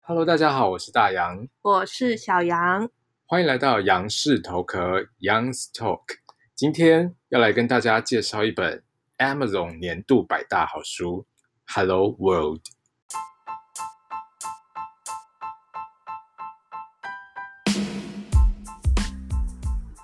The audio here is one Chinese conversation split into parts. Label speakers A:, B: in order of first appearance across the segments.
A: Hello，大家好，我是大杨，
B: 我是小杨。
A: 欢迎来到杨氏头壳 Young's Talk。今天要来跟大家介绍一本 Amazon 年度百大好书《Hello World》。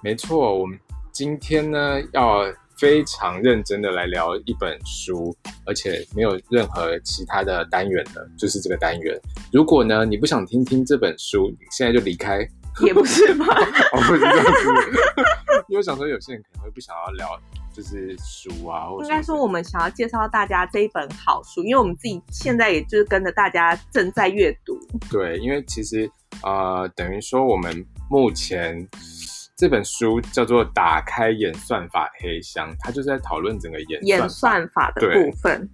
A: 没错，我们今天呢要非常认真的来聊一本书，而且没有任何其他的单元了，就是这个单元。如果呢你不想听听这本书，你现在就离开。
B: 也不是 吧？
A: 哦，不是这样子， 因为我想说有些人可能会不想要聊，就是书啊，或者
B: 应该说我们想要介绍大家这一本好书，因为我们自己现在也就是跟着大家正在阅读。
A: 对，因为其实呃，等于说我们目前这本书叫做《打开演算法黑箱》，它就是在讨论整个演
B: 演
A: 算法
B: 算法的
A: 对
B: 部分，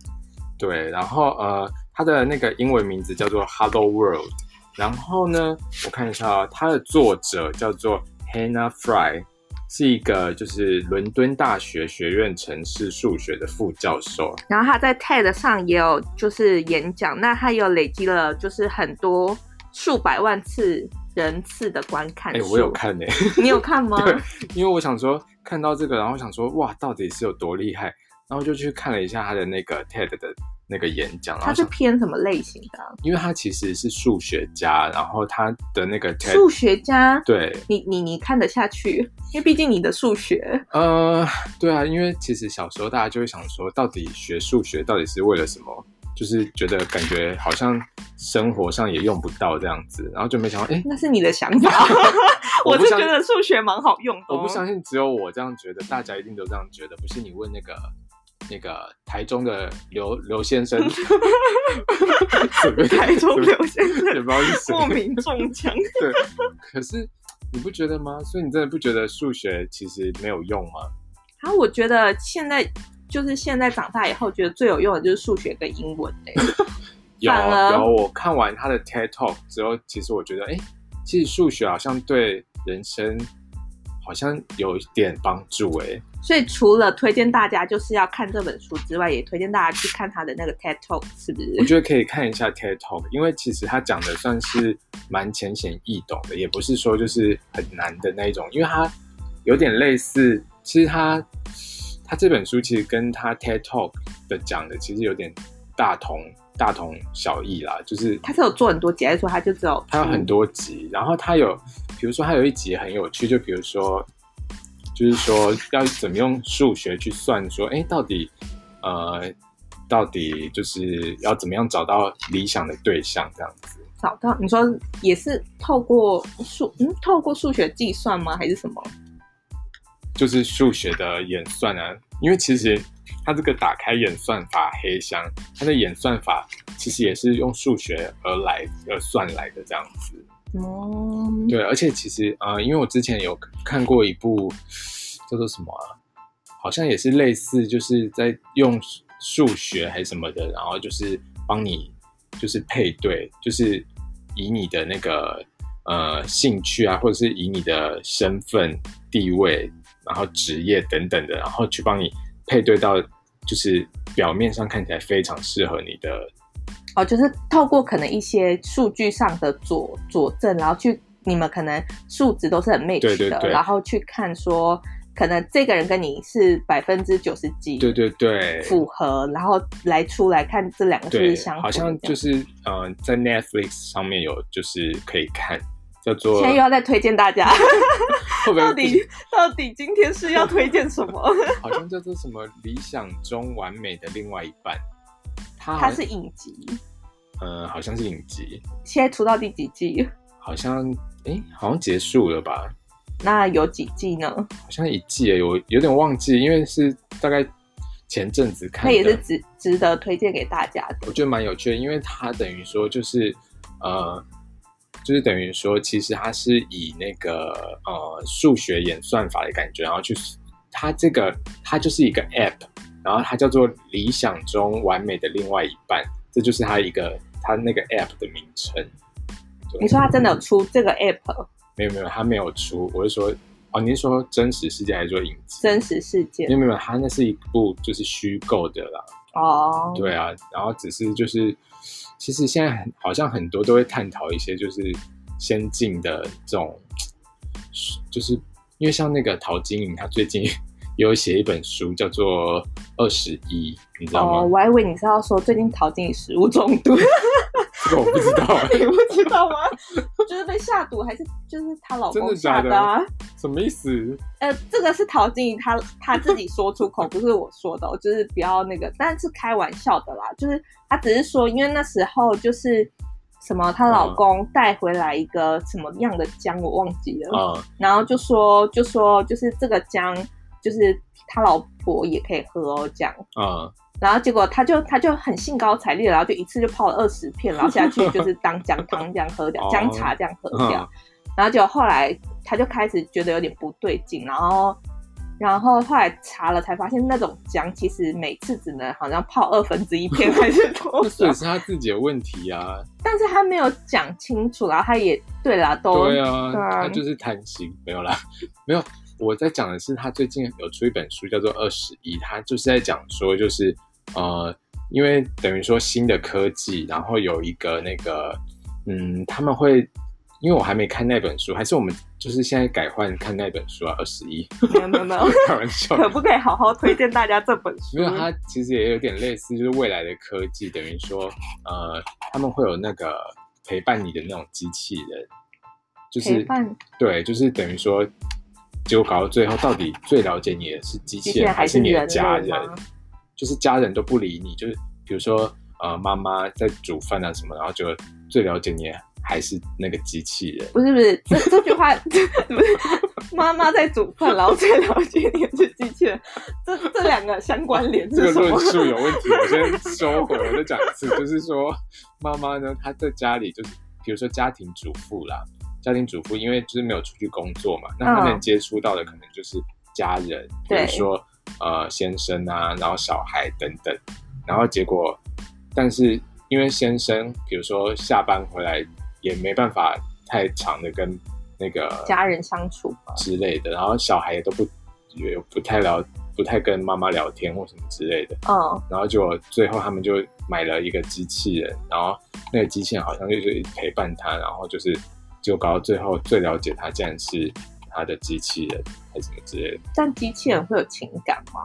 A: 对，然后呃，它的那个英文名字叫做《Hello World》，然后呢，我看一下啊，它的作者叫做 Hannah Fry，是一个就是伦敦大学学院城市数学的副教授。
B: 然后他在 TED 上也有就是演讲，那他有累积了就是很多数百万次人次的观看
A: 哎、
B: 数。
A: 我有，看呢、
B: 你有看吗？
A: 对因为我想说看到这个，然后想说哇，到底是有多厉害，然后就去看了一下他的那个 TED 的那个演讲，然
B: 它
A: 后
B: 是
A: 想，
B: 偏什么类型的啊？
A: 因为他其实是数学家，然后他的那个 TED
B: 数学家。
A: 对，
B: 你你你看得下去，因为毕竟你的数学
A: 呃，对啊，因为其实小时候大家就会想说，到底学数学到底是为了什么？就是觉得感觉好像生活上也用不到这样子，然后就没想到，哎、
B: 那是你的想法，
A: 我
B: 我
A: 不
B: 是
A: 相
B: 觉得数学蛮好用的、哦
A: 我不相信只有我这样觉得，大家一定都这样觉得。不信你问那个那个台中的刘刘先 生，随便
B: 台中刘先 生
A: 也不知道是谁
B: 莫。名中奖。
A: 对，可是你不觉得吗？所以你真的不觉得数学其实没有用吗？
B: 然后我觉得现在就是现在长大以后，觉得最有用的就是数学跟英文欸嘞、
A: 有
B: 反而
A: 有，我看完他的 TED Talk 之后，其实我觉得，哎、其实数学好像对人生好像有一点帮助、哎，
B: 所以除了推荐大家就是要看这本书之外，也推荐大家去看他的那个 TED Talk，是不
A: 我
B: 是？
A: 觉得可以看一下 TED Talk，因为其实他讲的算是蛮浅显易懂的，也不是说就是很难的那一种，因为他有点类似，其实他他这本书其实跟他 TED Talk 的讲的其实有点大同大同小异啦，就是
B: 他是有做很多解说，他就只有
A: 它有很多集，然后它有，比如说它有一集很有趣，就比如说，就是说要怎么用数学去算说，哎，到底呃，到底就是要怎么样找到理想的对象这样子。
B: 找到你说也是透过数嗯透过数学计算吗？还是什么？
A: 就是数学的演算啊，因为其实它这个打开演算法黑箱，它的演算法其实也是用数学而来而算来的这样子。
B: 嗯，
A: 对，而且其实呃，因为我之前有看过一部叫做什么啊，好像也是类似，就是在用数学还是什么的，然后就是帮你就是配对，就是以你的那个呃兴趣啊，或者是以你的身份地位，然后职业等等的，然后去帮你配对到就是表面上看起来非常适合你的
B: 哦，就是透过可能一些数据上的佐佐证，然后去你们可能数值都是很 match 的，
A: 对对对
B: 然后去看说可能这个人跟你是百分之九十几
A: 对对对
B: 符合，然后来出来看这两个是不
A: 对
B: 是，相符
A: 好
B: 的这样，
A: 像就是呃，在 Netflix 上面有就是可以看，叫做
B: 现在又要再推荐大家，
A: 会不 会
B: 到底到底今天是要推荐什么？
A: 好像叫做什么理想中完美的另外一半？它好
B: 它
A: 像
B: 是影集，
A: 呃，好像是影集，
B: 现在出到第几季？
A: 好像诶，好像结束了吧？
B: 那有几季呢？
A: 好像一季而已，我有点忘记，因为是大概前阵子看
B: 它
A: 的，
B: 也是值值得推荐给大家的。
A: 我觉得蛮有趣的，因为它等于说就是呃，就是等于说，其实它是以那个呃数学演算法的感觉，然后去它这个它就是一个 app，然后它叫做理想中完美的另外一半，这就是它一个它那个 app 的名称。对
B: 你说它真的有出这个 app
A: 没有没有，它没有出，我是说哦，您说真实世界还是说影集？
B: 真实事
A: 没
B: 件
A: 有没有，它那是一部就是虚构的啦，
B: 哦？
A: 对啊，然后只是就是其实现在很好像很多都会探讨一些就是先进的这种，就是因为像那个陶晶莹，她最近 也有写一本书叫做《二十一》，你知道吗？
B: 哦，我还以为你是要说最近陶晶莹食物中 毒，
A: 这个我不知道、
B: 你不知道吗？ 就是被下毒，还是就是她老
A: 真
B: 公
A: 的假
B: 下
A: 的
B: 啊？
A: 什么意思？
B: 呃，这个是陶晶莹她她自己说出口，不是我说的哦、就是不要那个，但是开玩笑的啦，就是她只是说，因为那时候就是什么，她
A: 嗯
B: 老公带回来一个什么样的姜， 我忘记了，
A: 啊、
B: 然后就说就说就是这个姜，就是他老婆也可以喝哦，这样。
A: 啊、
B: 然后结果他就他就很兴高采烈，然后就一次就泡了二十片，然后下去就是当姜汤这样喝掉
A: 哦，
B: 姜茶这样喝掉
A: 嗯。
B: 然后结果后来他就开始觉得有点不对劲，然后然后后来查了才发现，那种姜其实每次只能好像泡二分之一片还是多
A: 那 所
B: 少
A: 以，是他自己的问题啊。
B: 但是他没有讲清楚，然后他也对啦，都
A: 对啊，
B: 对啊
A: 他就是贪心，没有啦， 没有。我在讲的是他最近有出一本书叫做《二十一》，他就是在讲说，就是呃，因为等于说新的科技，然后有一个那个，嗯，他们会，因为我还没看那本书，还是我们就是现在改换看那本书啊，《二十一》
B: 没有没有没有，
A: 开玩 笑，
B: 可不可以好好推荐大家这本书
A: 因？为它其实也有点类似，就是未来的科技，等于说，呃，他们会有那个陪伴你的那种机器人，就是
B: 陪伴
A: 对，就是等于说，结果搞到最后，到底最了解你的是机
B: 机
A: 器
B: 器人
A: 人
B: 还
A: 是
B: 是
A: 你的
B: 人
A: 家
B: 类
A: 人
B: 吗？
A: 就是家人都不理你，就是比如说呃，妈妈在煮饭啊什么，然后就最了解你的还是那个机器人。
B: 不是不是，这 这句话不是妈妈在煮饭，然后最了解你是机器人，这这两个相关联
A: 这个
B: 是什么
A: 论？述有问题，我先收回。我再讲一次，就是说，妈妈呢，她在家里就是，比如说家庭主妇啦，家庭主妇因为就是没有出去工作嘛，那她
B: 嗯
A: 能接触到的可能就是家人，比如
B: 对
A: 说呃先生啊，然后小孩等等，然后结果，但是因为先生，比如说下班回来也没办法太长的跟那个
B: 家人相处嘛，
A: 之类的，然后小孩也都不也不太聊，不太跟妈妈聊天或什么之类的，
B: 嗯，
A: 然后就呃最后他们就买了一个机器人，然后那个机器人好像就是呃陪伴他，然后就是就搞到最后最了解他竟然是他的机器人还是什么之类的，
B: 但机器人会有情感吗？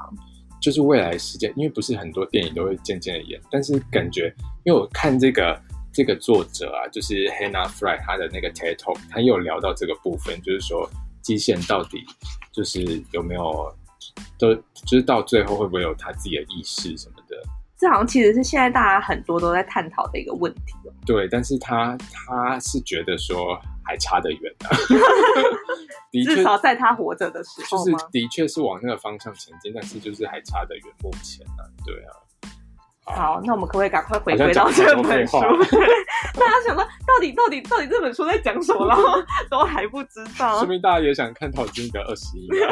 A: 就是未来世界，因为不是很多电影都会渐渐的演，但是感觉因为我看这个。这个作者啊，就是 Hannah Fry，她的那个 TED Talk，她也有聊到这个部分，就是说机器人到底就是有没有，都就是到最后会不会有他自己的意识什么的，
B: 这好像其实是现在大家很多都在探讨的一个问题哦。
A: 对，但是他他是觉得说还差得远 的、的确
B: 至少在他活着的时
A: 就
B: 候
A: 是
B: 吗？
A: 的确是往那个方向前进，但是就是还差得远，目前啊，对啊，
B: 好，那我们可不可以赶快回
A: 好像
B: 归
A: 讲
B: 到
A: 太
B: 这
A: 多废
B: 本书
A: 话？
B: 大家想到到底到底到底这本书在讲什么，然后都还不知道
A: 说，明大家也想看陶晶莹的二十一啊。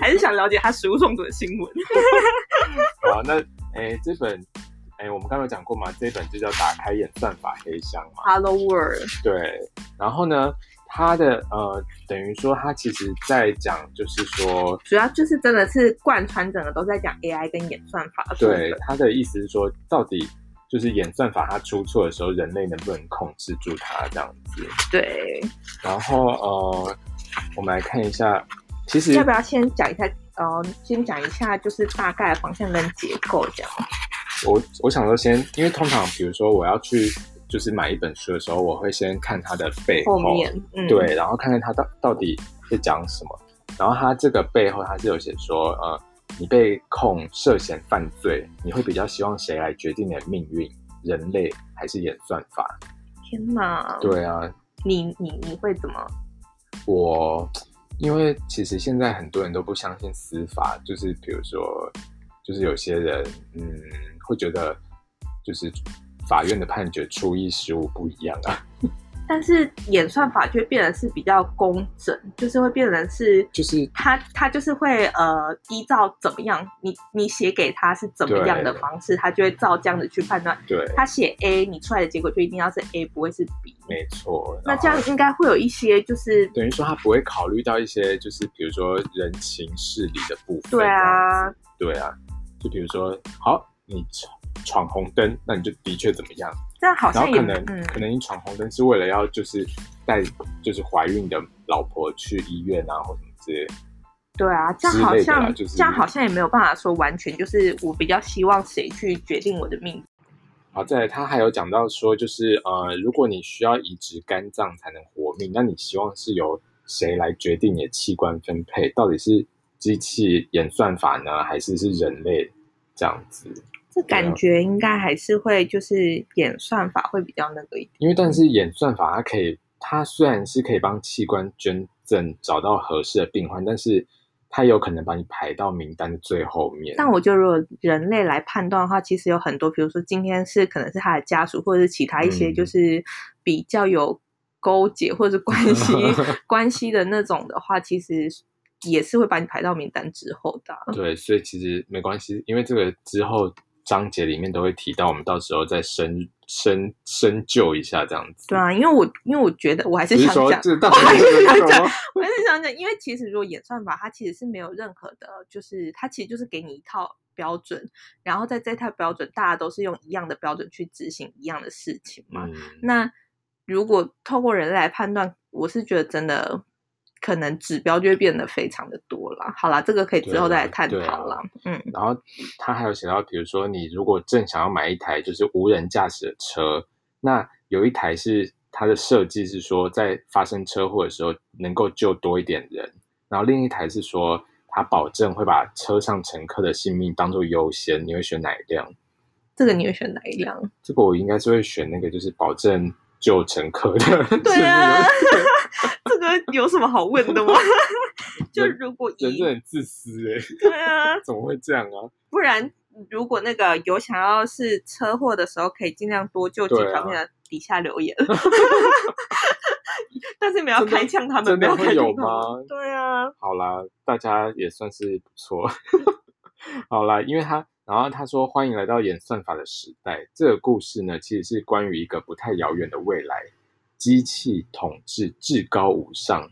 B: 还是想了解他食物中毒的新闻。
A: 好，那哎这本哎我们刚刚有讲过嘛，这本就叫《打开演算法黑箱》嘛，
B: Hello World，
A: 对，然后呢，他的呃等于说他其实在讲就是说
B: 主要就是真的是贯穿整个都在讲 AI 跟演算法的部分
A: 对，他的意思是说，到底就是演算法它出错的时候，人类能不能控制住它这样子？
B: 对，
A: 然后呃，我们来看一下，其实
B: 要不要先讲一下？呃，先讲一下就是大概的方向跟结构这样。
A: 我我想说先，因为通常比如说我要去就是买一本书的时候，我会先看它的背
B: 后面，嗯，
A: 对，然后看看它到到底是讲什么。然后它这个背后，它是有写说，呃，你被控涉嫌犯罪，你会比较希望谁来决定你的命运？人类还是演算法？
B: 天哪，
A: 对啊，
B: 你你你会怎么？
A: 我因为其实现在很多人都不相信司法，就是比如说，就是有些人嗯会觉得就是法院的判决初一十五不一样啊，
B: 但是演算法就会变得是比较工整，就是会变成是
A: 就是
B: 它它就是会呃依照怎么样你你写给他是怎么样的
A: 对
B: 方式，他就会照这样子去判断。
A: 对，
B: 他写 A，你出来的结果就一定要是 A，不会是 B。
A: 没错。
B: 那
A: 然后
B: 这样应该会有一些就是
A: 等于说他不会考虑到一些就是比如说人情事理的部分，
B: 对，啊，
A: 对啊，就比如说好你闯闯红灯，那你就的确怎么样？
B: 这样好
A: 然
B: 像
A: 后可
B: 也
A: 能、
B: 嗯
A: 可能你闯红灯是为了要就是带就是怀孕的老婆去医院啊或什么之类的，
B: 对啊，这样
A: 之
B: 好
A: 类的啦
B: 像、
A: 就是
B: 这样好像也没有办法说完全就是我比较希望谁去决定我的命。
A: 好，再来，他还有讲到说，就是呃，如果你需要移植肝脏才能活命，那你希望是由谁来决定你的器官分配？到底是机器演算法呢，还是是人类这样子？
B: 这
A: 啊
B: 感觉应该还是会就是演算法会比较那个一点。
A: 因为但是演算法它可以，它虽然是可以帮器官捐赠找到合适的病患，但是它有可能把你排到名单的最后面。
B: 但我觉得如果人类来判断的话，其实有很多，比如说今天是可能是他的家属，或者是其他一些
A: 嗯
B: 就是比较有勾结或者是关 系关系的那种的话，其实也是会把你排到名单之后的啊、
A: 对，所以其实没关系，因为这个之后章节里面都会提到，我们到时候再深深深究一下这样子。
B: 对啊，因为我因为我觉得我还是
A: 只是
B: 想
A: 说
B: 讲，
A: 这到
B: 我
A: 底 是为
B: 还是想
A: 什
B: 讲
A: 么，
B: 我还是想讲，因为其实如果演算法，它其实是没有任何的，就是它其实就是给你一套标准，然后在这套标准，大家都是用一样的标准去执行一样的事情嘛。
A: 嗯，
B: 那如果透过人类来判断，我是觉得真的可能指标就会变得非常的多啦。好啦，这个可以之后
A: 对啊
B: 再来探
A: 对啊
B: 讨啦。嗯，
A: 然后他还有写到，比如说你如果正想要买一台就是无人驾驶的车，那有一台是它的设计是说在发生车祸的时候能够救多一点人，然后另一台是说它保证会把车上乘客的性命当做优先，你会选哪一辆？
B: 这个你会选哪一辆？
A: 这个我应该是会选那个，就是保证救乘客的。
B: 对啊， 这个有什么好问的吗？ 就
A: 人
B: 如果
A: 人
B: 以
A: 是很自私哎、欸，
B: 对啊，
A: 怎么会这样啊？
B: 不然如果那个有想要是车祸的时候，可以尽量多救几
A: 对啊
B: 条命的底下 留言。但是没有
A: 真的
B: 开枪他们，
A: 真
B: 没
A: 的
B: 有
A: 会
B: 开
A: 有
B: 枪他们
A: 吗
B: 对啊，
A: 好啦，大家也算是不错。 好啦，因为他，然后他说欢迎来到演算法的时代。这个故事呢，其实是关于一个不太遥远的未来，机器统治至高无上，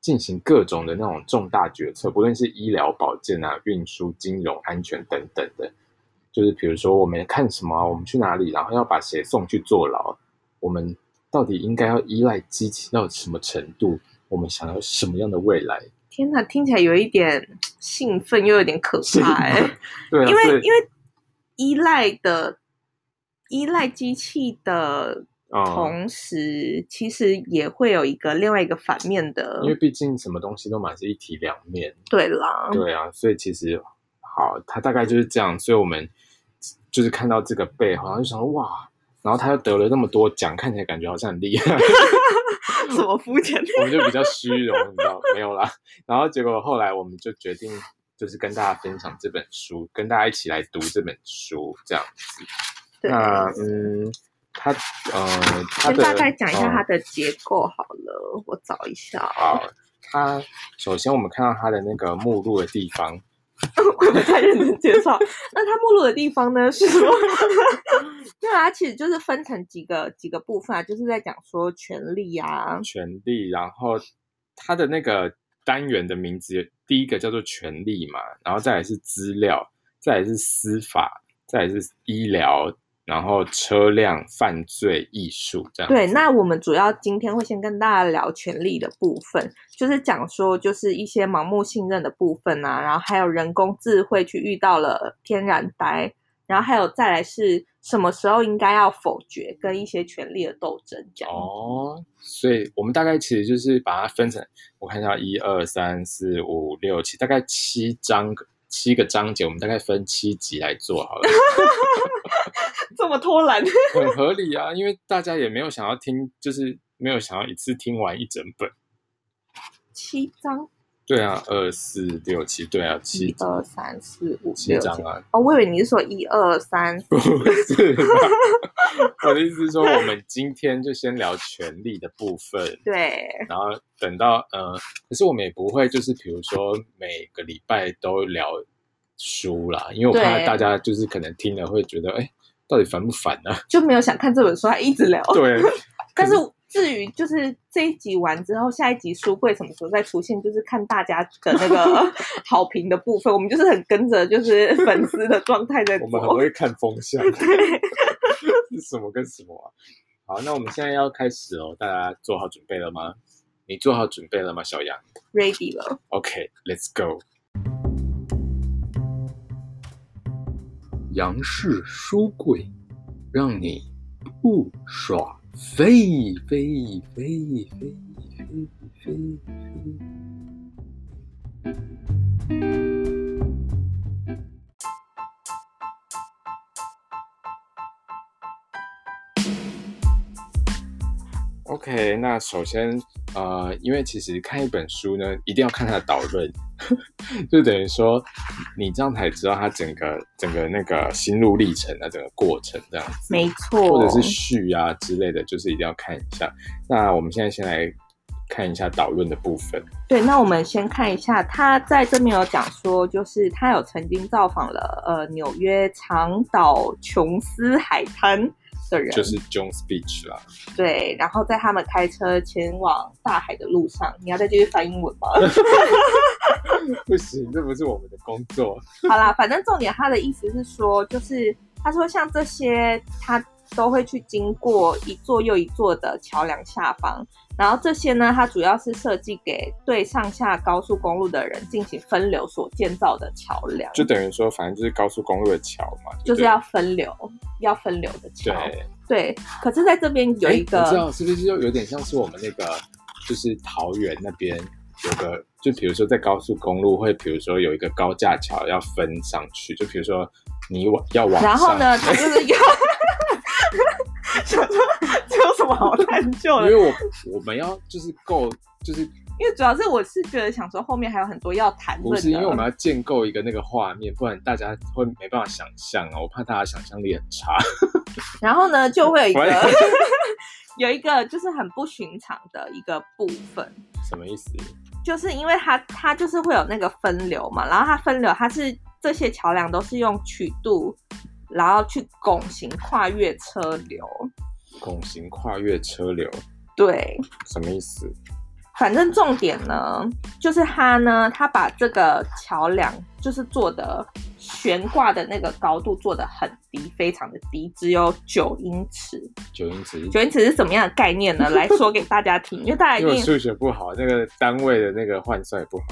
A: 进行各种的那种重大决策，不论是医疗保健啊、运输、金融、安全等等的。就是比如说，我们看什么啊、我们去哪里，然后要把谁送去坐牢，我们到底应该要依赖机器到什么程度？我们想要什么样的未来？
B: 天哪，听起来有一点兴奋，又有点可
A: 是
B: 怕、欸。
A: 对啊，
B: 因
A: 所
B: 为
A: 以
B: 因为依赖的依赖机器的
A: 嗯
B: 同时，其实也会有一个另外一个反面的
A: 因，为毕竟什么东西都嘛是一体两面，
B: 对啦，
A: 对啊，所以其实好，他大概就是这样，所以我们就是看到这个背后，然后就想说哇，然后他又得了那么多奖，看起来感觉好像很厉害，
B: 什么肤浅？
A: 我们就比较虚荣，你知道没有啦。然后结果后来我们就决定，就是跟大家分享这本书，跟大家一起来读这本书，这样。
B: 对，
A: 那嗯，他呃，他
B: 先
A: 的
B: 大概讲一下
A: 嗯
B: 它的结构好了，我找一下 哦，
A: 好，它首先我们看到它的那个目录的地方，
B: 我不太认真介绍。那它目录的地方呢 是说，对啊，它其实就是分成几个几个部分啊，就是在讲说权利啊，
A: 权利，然后它的那个单元的名字，第一个叫做权利嘛，然后再来是资料，再来是司法，再来是医疗，然后车辆、犯罪、艺术这样子。
B: 对，那我们主要今天会先跟大家聊权利的部分，就是讲说就是一些盲目信任的部分啊，然后还有人工智慧去遇到了天然呆，然后还有再来是什么时候应该要否决跟一些权利的斗争这样。
A: 哦，所以我们大概其实就是把它分成，我看一下，一二三四五六七，大概七章。七个章节，我们大概分七集来做 好了，
B: 这么偷懒，
A: 很合理啊，因为大家也没有想要听，就是没有想要一次听完一整本。
B: 七张，
A: 对啊，二四六七，对啊，七
B: 一二三四五
A: 七
B: 嗯六
A: 张
B: 七
A: 啊，
B: 哦，我以为你是说一 二三，
A: 不是吧？ 我的意思是说，我们今天就先聊权利的部分，
B: 对，
A: 然后等到呃，可是我们也不会就是比如说每个礼拜都聊书啦，因为我怕
B: 对
A: 大家就是可能听了会觉得，哎，到底烦不烦呢、
B: 就没有想看这本书，还一直聊。
A: 对，
B: 但是至于就是这一集完之后，下一集书柜什么时候再出现，就是看大家的 那个好评的部分。我们就是很跟着就是粉丝的状态在
A: 我们很
B: 走。
A: 会看风向。
B: 对，
A: 是什么跟什么啊？好，那我们现在要开始哦，大家做好准备了吗？你做好准备了吗，小杨
B: ready 了。
A: ？OK，Let's、go。杨氏书柜，让你不耍飞飞飞飞飞飞飞。OK，那首先，呃，因为其实看一本书呢，一定要看它的导论， 就等于说你这样才知道它整个整个那个心路历程啊，整个过程这样子，
B: 没错，
A: 或者是序啊之类的，就是一定要看一下。那我们现在先来看一下导论的部分。
B: 对，那我们先看一下，他在这边有讲说，就是他有曾经造访了呃纽约长岛琼斯海滩的人，
A: 就是 Jones Beach 啦，
B: 对，然后在他们开车前往大海的路上，你要再继续翻英文吗？
A: 不行，这不是我们的工作。
B: 好啦，反正重点他的意思是说，就是他说像这些他都会去经过一座又一座的桥梁下方，然后这些呢，它主要是设计给对上下高速公路的人进行分流所建造的桥梁，
A: 就等于说，反正就是高速公路的桥嘛，
B: 就是
A: 对
B: 要分流，要分流的桥。
A: 对。
B: 对，可是在这边有
A: 诶
B: 一
A: 哎我知
B: 个，
A: 道是不是就有点像是我们那个，就是桃园那边有个，就比如说在高速公路会，比如说有一个高架桥要分上去，就比如说你往要往上，
B: 然后 呢，它就是要，想说这有什么好探究
A: 因
B: 的
A: 为？我我们要就是够，就是
B: 因为主要是我是觉得想说后面还有很多要谈论
A: 不
B: 的，
A: 是因为我们要建构一个那个画面，不然大家会没办法想象啊，我怕大家想象力很差。
B: 然后呢，就会有一
A: 喂
B: 个 有一个就是很不寻常的一个部分，
A: 什么意思？
B: 就是因为它它就是会有那个分流嘛，然后它分流它是这些桥梁都是用曲度，然后去拱形跨越车流，
A: 拱形跨越车流，
B: 对，
A: 什么意思？
B: 反正重点呢，就是他呢，他把这个桥梁就是做的悬挂的那个高度做的很低，非常的低，只有九英尺。
A: 九英尺。
B: 九英尺是什么样的概念 呢？来说给大家听，因为大家
A: 因为
B: 一
A: 我
B: 定
A: 数学不好，那个单位的那个换算也不好。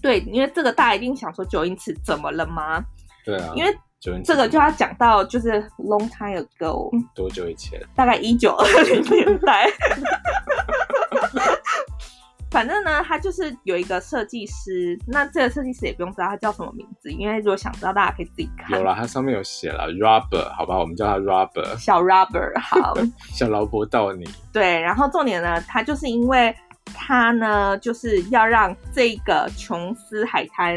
B: 对，因为这个大家一定想说九英尺怎么了吗？
A: 对啊，
B: 因为
A: 九英尺
B: 这个就要讲到就是 long time ago，
A: 多久以前？
B: 大概一九二 零年代。 反正呢，他就是有一个设计师，那这个设计师也不用知道他叫什么名字，因为如果想知道，大家可以自己看。
A: 有啦，它上面有写了 Robert，好吧，我们叫它 Robert，
B: 小 Rubber 好，
A: 小劳勃道尼。
B: 对，然后重点呢，他就是因为他呢，就是要让这个琼斯海滩，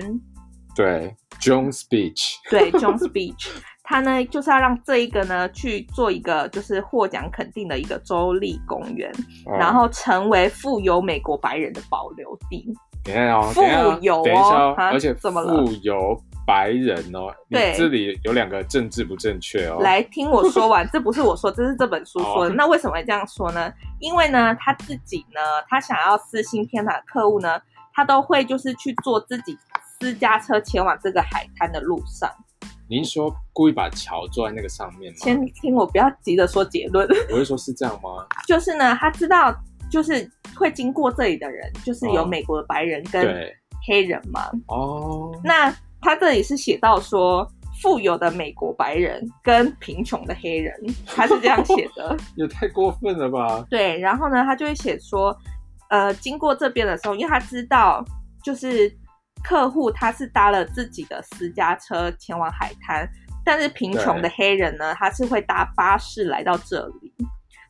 A: 对，Jones Beach，
B: 对 Jones Beach，他呢就是要让这一个呢去做一个就是获奖肯定的一个州立公园，
A: 嗯
B: 然后成为富有美国白人的保留地。
A: 等一下哦，
B: 富
A: 等一下
B: 有哦
A: 等一下哦，
B: 啊
A: 而且
B: 怎么了
A: 富有白人哦，你
B: 对
A: 这里有两个政治不正确哦。
B: 来听我 说完，这不是我说，这是这本书说的。
A: 哦
B: 那为什么会这样说呢？因为呢，他自己呢，他想要私心天堂的客户呢，他都会就是去坐自己私家车前往这个海滩的路上。
A: 您说故意把桥坐在那个上面吗？
B: 先听我，不要急着说结论。
A: 我是说是这样吗？
B: 就是呢，他知道就是会经过这里的人，就是有
A: 哦
B: 美国的白人跟
A: 对，
B: 黑人嘛。
A: 哦，
B: 那他这里是写到说。富有的美国白人跟贫穷的黑人，他是这样写的。
A: 也太过分了吧？
B: 对，然后呢，他就会写说，呃，经过这边的时候，因为他知道就是客户他是搭了自己的私家车前往海滩，但是贫穷的
A: 对
B: 黑人呢，他是会搭巴士来到这里，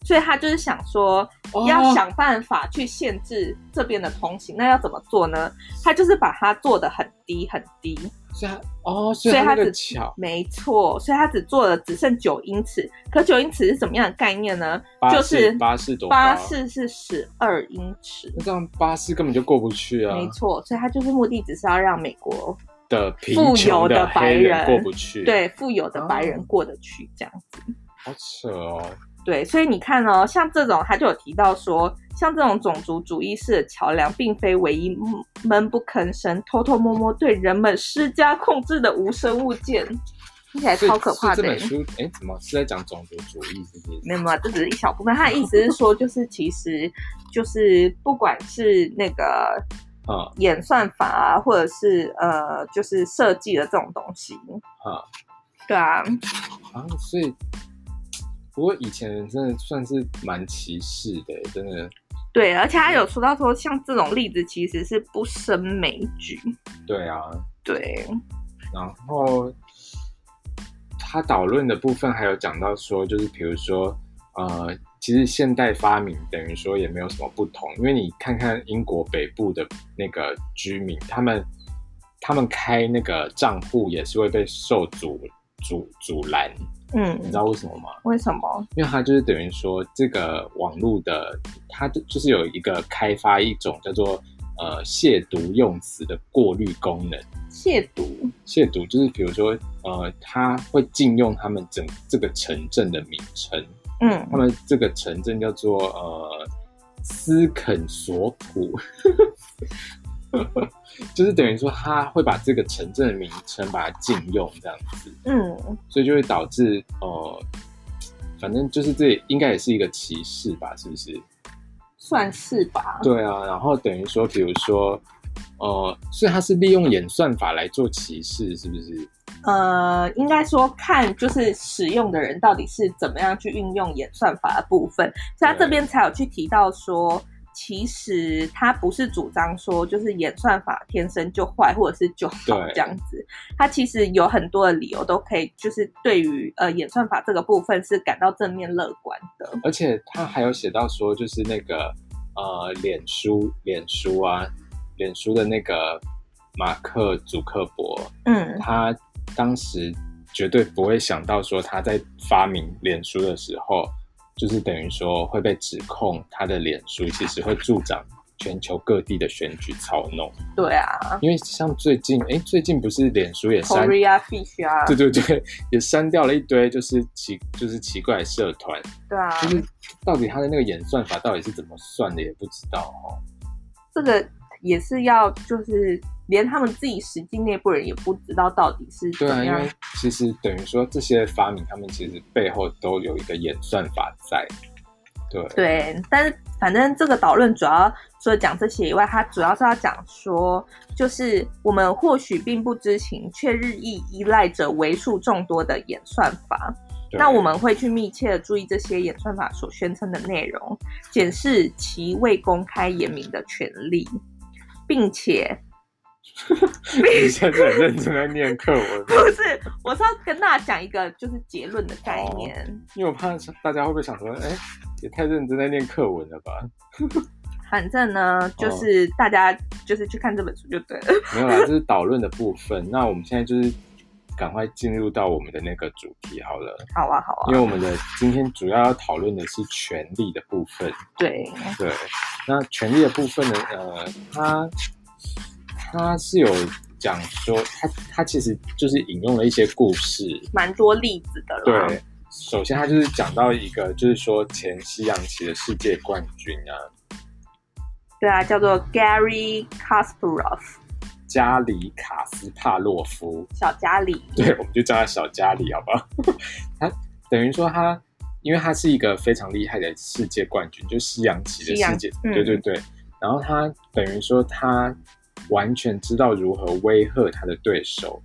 B: 所以他就是想说
A: 哦
B: 要想办法去限制这边的通行，那要怎么做呢？他就是把它做的很低很低，
A: 所以它哦，所以
B: 所
A: 它
B: 以它
A: 那个
B: 只
A: 桥
B: 没错，所以他只做了只剩九英尺，可九英尺是怎么样的概念呢？
A: 巴士
B: 就是
A: 巴士多高
B: 巴士是十二英尺，
A: 那这样巴士根本就过不去啊
B: 没。错，所以它就是目的只是要让美国
A: 的贫
B: 富
A: 穷
B: 有的白
A: 黑
B: 人
A: 过不去，，
B: 对富有的白人
A: 哦
B: 过得去这样子。
A: 好扯哦。
B: 对，所以你看哦，像这种他就有提到说，像这种种族主义式的桥梁，并非唯一闷闷不吭声、偷偷摸摸对人们施加控制的无声物件。听起来
A: 是
B: 超可怕
A: 是这
B: 的欸、
A: 本书哎，怎么是在讲种族主义是不是？
B: 没有没有，这只是一小部分。他的意思是说，就是其实就是不管是那个
A: 啊
B: 演算法啊，或者是呃，就是设计的这种东西，
A: 啊
B: 对啊，
A: 啊！所以，不过以前人真的算是蛮歧视的，欸真的。
B: 对，而且他
A: 嗯
B: 有说到说，像这种例子其实是不胜枚举，
A: 对啊，
B: 对，
A: 然后他导论的部分还有讲到说，就是比如说，呃，其实现代发明等于说也没有什么不同，因为你看看英国北部的那个居民，他们他们开那个账户也是会被受阻阻阻拦，你
B: 嗯
A: 知，道为什么吗？
B: 为什么？
A: 因为它就是等于说这个网络的，它就就是有一个开发一种叫做呃亵渎用词的过滤功能。
B: 亵渎，
A: 亵渎就是比如说呃，它会禁用他们整这个城镇的名称，
B: 嗯
A: 他，们这个城镇叫做呃斯肯索普。 就是等于说，他会把这个城镇的名称把它禁用这样子，
B: 嗯，
A: 所以就会导致呃，反正就是这应该也是一个歧视吧，是不是？
B: 算是吧，
A: 对啊，然后等于说，比如说，呃，所以他是利用演算法来做歧视，是不是？
B: 呃，应该说看就是使用的人到底是怎么样去运用演算法的部分，所以他
A: 对
B: 这边才有去提到说，其实他不是主张说就是演算法天生就坏或者是就好
A: 对
B: 这样子，他其实有很多的理由都可以，就是对于呃演算法这个部分是感到正面乐观的。
A: 而且他还有写到说，就是那个呃，脸书，脸书啊，脸书的那个马克·祖克伯，
B: 嗯
A: 他当时绝对不会想到说他在发明脸书的时候，就是等于说会被指控他的脸书其实会助长全球各地的选举操弄。，
B: 对啊
A: 因为像最近，哎，最近不是脸书也删，
B: ，Korea Fish 啊，
A: 对对对，也删掉了一堆就是奇就是奇怪的社团，
B: 对啊，
A: 就是到底他的那个演算法到底是怎么算的也不知道哦。
B: 这个也是要就是连他们自己实际内部人也不知道到底是
A: 对
B: 怎么
A: 啊，因
B: 样
A: 为其实等于说这些发明，他们其实背后都有一个演算法在。对
B: 对，但是反正这个导论主要除了讲这些以外，它主要是要讲说，就是我们或许并不知情，却日益依赖着为数众多的演算法。
A: 对
B: 那我们会去密切的注意这些演算法所宣称的内容，检视其未公开言明的权利，并且，
A: 你现在很认真在念课文
B: 不是，我是要跟大家讲一个就是结论的概念。
A: 因为我怕大家会不会想说，哎，也太认真在念课文了吧？
B: 反正
A: 哦
B: 呢，就是大家就是去看这本书就对了。
A: 没有啦，这是导论的部分。那我们现在就是赶快进入到我们的那个主题好了，
B: 好啊，好啊
A: 因，为我们的今天主要要讨论的是权利的部分。
B: 对，
A: 对，那权利的部分呢，呃，它它是有讲说，它它其实就是引用了一些故事。
B: 蛮多例子的啦。
A: 对，首先它就是讲到一个，就是说前西洋棋的世界冠军啊，
B: 对啊，叫做 Gary Kasparov
A: 加里卡斯帕洛夫，
B: 小加里。
A: 对，我们就叫他小加里，好不好？ 他等于说他，因为他是一个非常厉害的世界冠军，就西洋棋的
B: 西洋
A: 世界，
B: 嗯
A: 对对对。然后他等于说他完全知道如何威吓他的对手。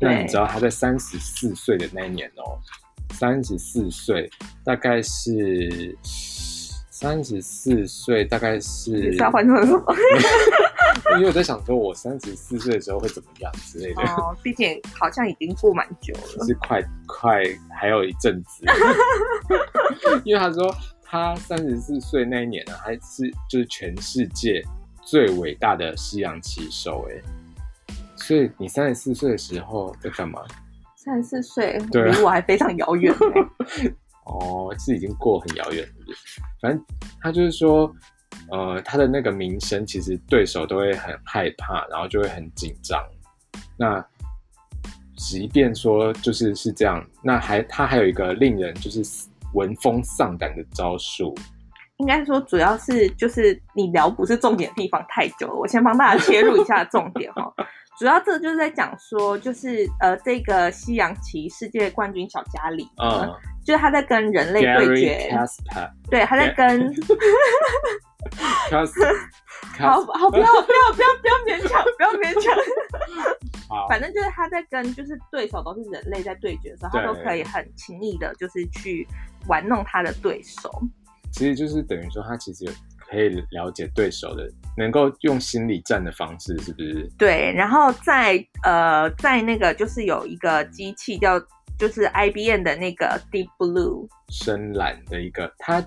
B: 对
A: 那你知道他在三十四岁的那一年哦，三十四岁大概是三十四岁，大概
B: 你
A: 是
B: 是要换成什 么？
A: 因为我在想说，我三十四岁的时候会怎么样之类的。
B: 哦，毕竟好像已经过蛮久了。
A: 是快快还有一阵子，因为他说他三十四岁那一年呢、还是就是全世界最伟大的西洋棋手哎，所以你三十四岁的时候在干嘛？
B: 三十四岁，
A: 对啊
B: 离我还非常遥远呢、
A: 哦，是已经过很遥远，是不是？反正他就是说，呃，他的那个名声，其实对手都会很害怕，然后就会很紧张。那即便说就是是这样，那还他还有一个令人就是闻风丧胆的招数，
B: 应该说，主要是就是你聊不是重点的地方太久了，我先帮大家切入一下重点哦。主要这就是在讲说，就是呃，这个西洋棋世界冠军小加里，
A: 嗯
B: 就是他在跟人啊类对
A: ，Gary
B: 决
A: c a s p a r
B: 对，他在跟
A: c a s
B: 好
A: p
B: 好不要不要不要不要勉强，不要勉强。
A: 好，
B: 反正就是他在跟就是对手都是人类在对决的时候，他
A: 对
B: 都可以很轻易的，就是去玩弄他的对手。
A: 其实就是等于说他其实有可以了解对手的，能够用心理战的方式，是不是？
B: 对，然后在呃，在那个就是有一个机器叫就是 IBM 的那个 Deep Blue
A: 深蓝的一个，它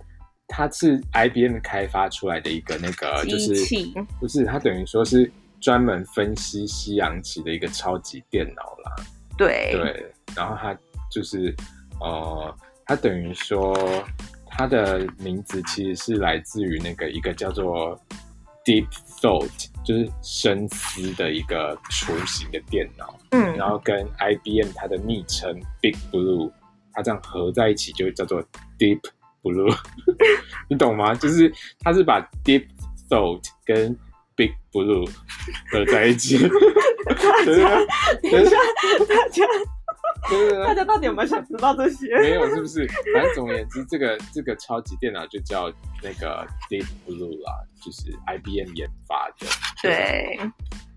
A: 它是 IBM 开发出来的一个那个，啊就是
B: 机器，
A: 不是它等于说是专门分析西洋棋的一个超级电脑啦。
B: 对
A: 对，然后它就是呃，它等于说它的名字其实是来自于那个一个叫做 Deep Thought，就是深思的一个雏形的电脑。
B: 嗯，
A: 然后跟 IBM 它的昵称 Big Blue，它这样合在一起就叫做 Deep Blue，你懂吗？就是它是把 Deep Thought 跟 Big Blue 合在一起，
B: 大
A: 对
B: 家
A: 啊，
B: 等一下， 大家
A: 对
B: 大
A: 啊，
B: 家到底有没有想知道 这些？
A: 没有是不是？反正总而言之，这个这个超级电脑就叫那个 Deep Blue 啦，就是 IBM 研发的。
B: 对，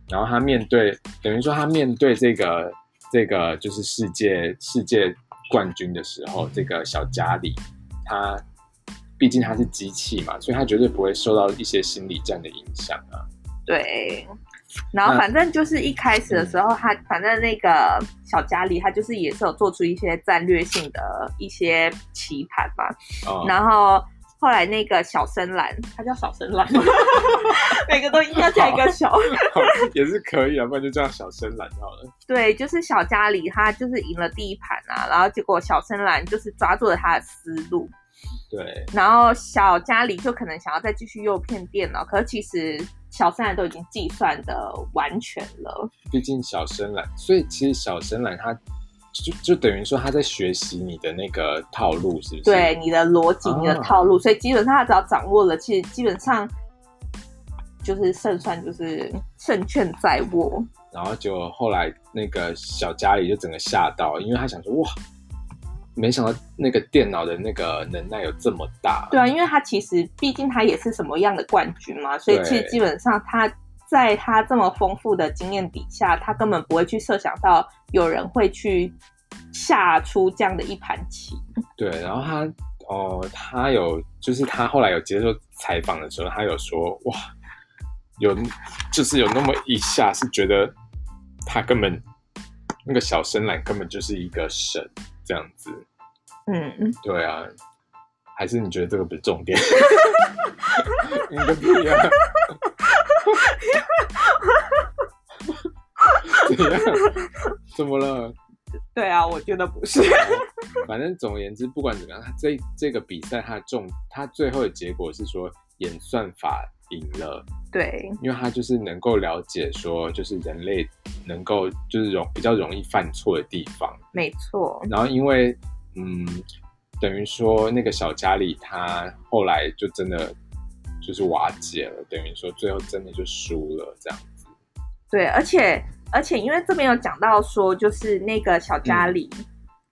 A: 然后他面对，等于说他面对这个这个就是世界世界冠军的时候，这个小加里，他毕竟他是机器嘛，所以他绝对不会受到一些心理战的影响啊。
B: 对。然后
A: 那
B: 反正就是一开始的时候，他反正那个小加里，他就是也是有做出一些战略性的一些棋盘嘛。
A: 哦、
B: 然后后来那个小深蓝，他叫小深蓝吗， 每个都应该加一个小。
A: 也是可以啊，不然就这样小深蓝好了。
B: 对，就是小加里他就是赢了第一盘啊，然后结果小深蓝就是抓住了他的思路，
A: 对，
B: 然后小加里就可能想要再继续诱骗电脑，可是其实小深蓝都已经计算的完全了。
A: 毕竟小深蓝，所以其实小深蓝他就就等于说他在学习你的那个套路，是不是？
B: 对你的逻辑、
A: 哦
B: 你的套路，所以基本上他只要掌握了，其实基本上就是胜算就是胜券在握。
A: 然后就后来那个小家里就整个吓到，因为他想说哇，没想到那个电脑的那个能耐有这么大。
B: 对啊，因为他其实毕竟他也是什么样的冠军嘛，所以
A: 对
B: 其实基本上他在他这么丰富的经验底下，他根本不会去设想到有人会去下出这样的一盘棋。
A: 对然后他哦，他有就是他后来有接受采访的时候，他有说哇，有就是有那么一下是觉得他根本那个小深蓝根本就是一个神这样子。
B: 嗯，
A: 对啊，还是你觉得这个不是重点？你个屁啊！怎样？怎么了？
B: 对啊，我觉得不是。
A: 反正总而言之，不管怎么样，他这这个比赛它的重，它最后的结果是说演算法赢了，
B: 对
A: 因为它就是能够了解说，就是人类能够就是容比较容易犯错的地方。
B: 没错，
A: 然后因为嗯，等于说那个小家里他后来就真的就是瓦解了，等于说最后真的就输了这样子。
B: 对，而且而且因为这边有讲到说，就是那个小
A: 嗯
B: 加里。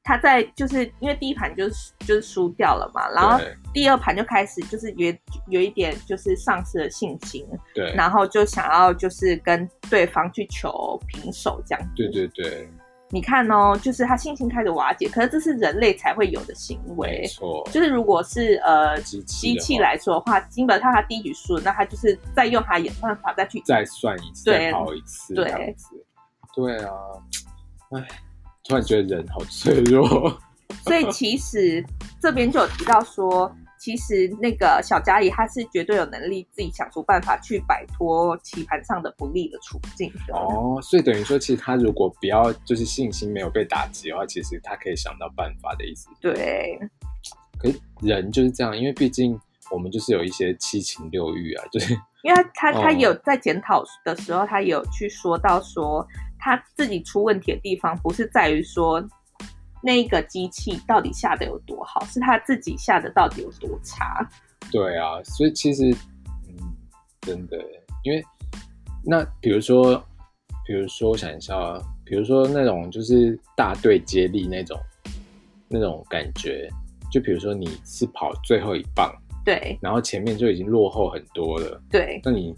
B: 他在就是因为第一盘就是就是输掉了嘛，然后
A: 对
B: 第二盘就开始就是有有一点就是丧失了信心，
A: 对
B: 然后就想要就是跟对方去求平手这样。
A: 对，对对，
B: 你看哦，就是他信心开始瓦解，可是这是人类才会有的行
A: 没
B: 为。
A: 错，
B: 就是如果是呃
A: 机器
B: 机
A: 的
B: 器
A: 话
B: 来说的话，基本上他第一局输了，那他就是再用他演算法 再去
A: 再算一次，
B: 对
A: 再跑一次这
B: 对
A: 样子。对啊，唉，突然觉得人好脆弱。
B: 所以其实这边就有提到说，其实那个小加里他是绝对有能力自己想出办法去摆脱棋盘上的不利的处境的。
A: 哦，所以等于说，其实他如果不要就是信心没有被打击的话，其实他可以想到办法的意思。
B: 对，
A: 可是人就是这样，因为毕竟我们就是有一些七情六欲啊， 就是
B: 因为他他
A: 哦
B: 有在检讨的时候，他有去说到说他自己出问题的地方，不是在于说那个机器到底下的有多好，是他自己下的到底有多差。
A: 对啊，所以其实，嗯，真的耶，因为那比如说，比比如说我想一下啊，比如说那种就是大队接力那种那种感觉，就比如说你是跑最后一棒，
B: 对
A: 然后前面就已经落后很多了，
B: 对
A: 那你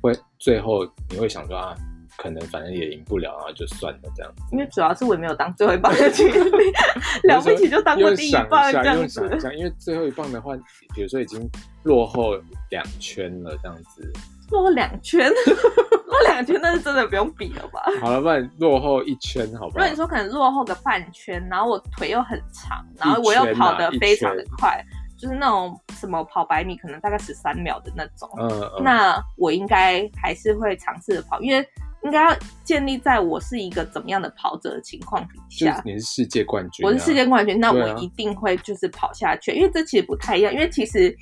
A: 会最后你会想说啊，可能反正也赢不了，然啊后就算了这样。
B: 因为主要是我也没有当最后一棒的 经历， 了不起就当过第一棒这样
A: 用想
B: 子
A: 一。下，因为最后一棒的话，比如说已经落后两圈了这样子，
B: 落两圈， 落两圈那是真的不用比了吧？
A: 好了，不然落后一圈好不好
B: 如果你？说可能落后个半圈，然后我腿又很长，然后
A: 一
B: 我又
A: 圈
B: 跑
A: 啊
B: 得
A: 一
B: 非常
A: 圈
B: 的快，就是那种什么跑百米可能大概十三秒的那种，
A: 嗯嗯，
B: 那我应该还是会尝试的跑，因为应该要建立在我是一个怎么样的跑者的情况底
A: 就是
B: 下。
A: 你是世界冠军啊、
B: 我是世界冠军，那
A: 对
B: 我
A: 啊
B: 一定会就是跑下去，因为这其实不太一样，因为其实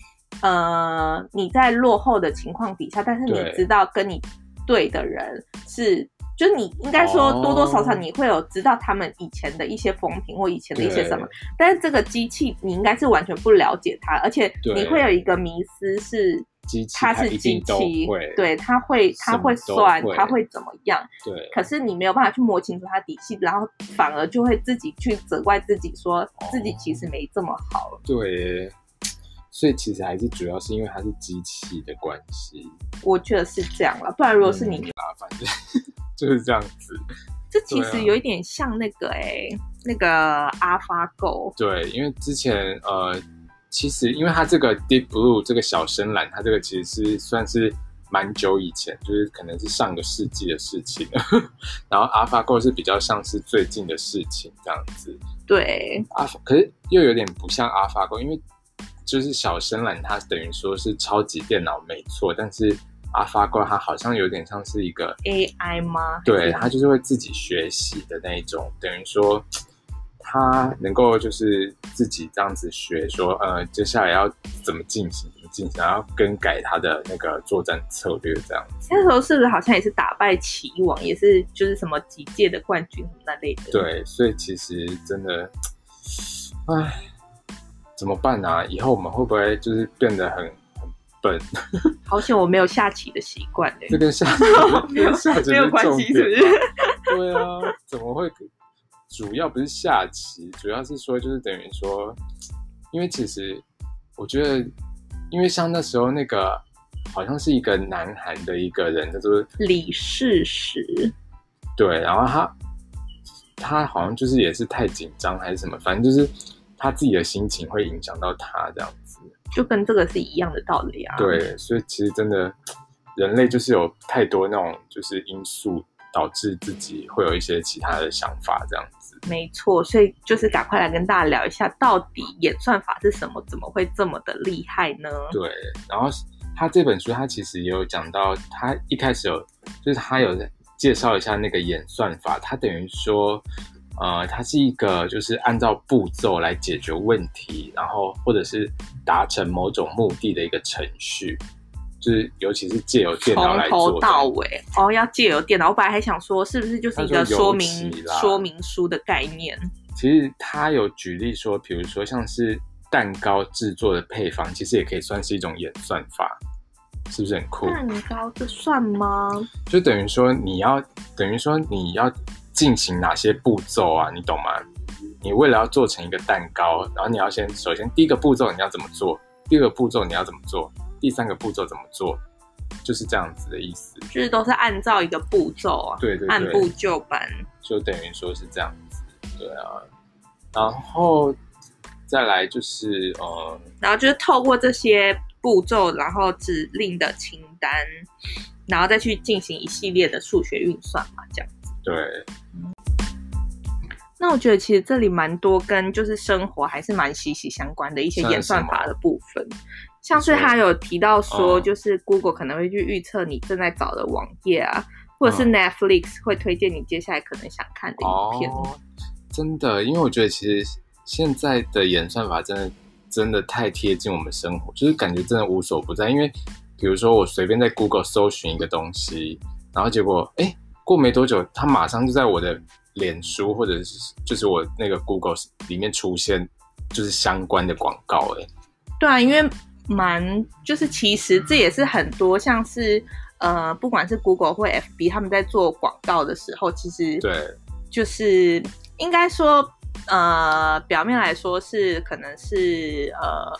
B: 呃你在落后的情况底下，但是你
A: 对
B: 知道跟你对的人是。就是你应该说
A: 哦
B: 多多少少你会有知道他们以前的一些风评或以前的一些什么，但是这个机器你应该是完全不了解它，而且
A: 对
B: 你会有一个迷思是
A: 机器
B: 它
A: 它
B: 是
A: 一
B: 机
A: 定都
B: 器
A: 会，
B: 对，它会它
A: 什么
B: 会
A: 都
B: 算，
A: 会
B: 它会怎么样？
A: 对，
B: 可是你没有办法去摸清楚它底细，然后反而就会自己去责怪自己，说自己其实没这么好。
A: 对耶，所以其实还是主要是因为它是机器的关系。
B: 我觉得是这样了，不然如果是你，
A: 嗯啊，反正 就是这样子。
B: 这其实
A: 对啊
B: 有一点像那个哎、那个 AlphaGo，
A: 对，因为之前呃，其实因为它这个 Deep Blue 这个小深蓝，它这个其实是算是蛮久以前，就是可能是上个世纪的事情了。 然后 AlphaGo 是比较像是最近的事情这样子。
B: 对
A: 阿法，可是又有点不像阿法狗，因为就是小深蓝它等于说是超级电脑没错，但是阿法狗它好像有点像是一个，
B: AI 吗？
A: 对，它就是会自己学习的那一种，等于说它能够就是自己这样子学说，呃，接下来要怎么进行，怎么进行，然后更改它的那个作战策略这样。
B: 那时候是不是好像也是打败棋王，也是就是什么几届的冠军什么那类的？，
A: 对，所以其实真的，唉，怎么办啊？以后我们会不会就是变得很很笨？
B: 好险我没有下棋的习惯哎、
A: 这跟 下
B: 没有
A: 跟下棋
B: 没有关系是不是
A: 不是？对啊，怎么会？主要不是下棋，主要是说就是等于说，因为其实我觉得，因为像那时候那个好像是一个南韩的一个人，他就是
B: 李世石，
A: 对，然后他他好像就是也是太紧张还是什么，反正就是他自己的心情会影响到他这样子。
B: 就跟这个是一样的道理啊。，
A: 对，所以其实真的人类就是有太多那种就是因素导致自己会有一些其他的想法这样子。
B: 没错，所以就是赶快来跟大家聊一下，到底演算法是什么，怎么会这么的厉害呢？
A: 对，然后他这本书他其实也有讲到，他一开始有就是他有介绍一下那个演算法，它等于说。呃，它是一个就是按照步骤来解决问题，然后或者是达成某种目的的一个程序，就是尤其是借由电脑
B: 从
A: 来
B: 头
A: 做的
B: 到尾哦，要借由电脑。我本来还想说，是不是就是一个
A: 它说
B: 说
A: 尤
B: 明
A: 其啦
B: 说明书的概念？
A: 其实他有举例说，比如说像是蛋糕制作的配方，其实也可以算是一种演算法，是不是很酷？
B: 蛋糕这算吗？
A: 就等于说你要等于说你要进行哪些步骤啊？你懂吗？你为了要做成一个蛋糕，然后你要先首先第一个步骤你要怎么做，第二个步骤你要怎么做，第三个步骤怎么做，就是这样子的意思。
B: 就是都是按照一个步骤啊，
A: 对对对，
B: 按部就班。
A: 就等于说是这样子，对啊。然后再来就是呃。
B: 然后就是透过这些步骤，然后指令的清单，然后再去进行一系列的数学运算嘛，这样。
A: 对，
B: 那我觉得其实这里蛮多跟就是生活还是蛮息息相关的一些演算法的部分，像是他有提到说，
A: 嗯
B: 就是 Google 可能会去预测你正在找的网页啊，或者是 Netflix 会推荐你接下来可能想看的影片。
A: 哦，真的，因为我觉得其实现在的演算法真的真的太贴近我们生活，就是感觉真的无所不在。因为比如说我随便在 Google 搜寻一个东西，然后结果哎过没多久，它马上就在我的脸书或者是就是我那个 Google 里面出现就是相关的广告，哎，
B: 对啊，因为蛮就是其实这也是很多像是呃，不管是 Google 或 FB，他们在做广告的时候，其实
A: 对，
B: 就是应该说，呃，表面来说是可能是呃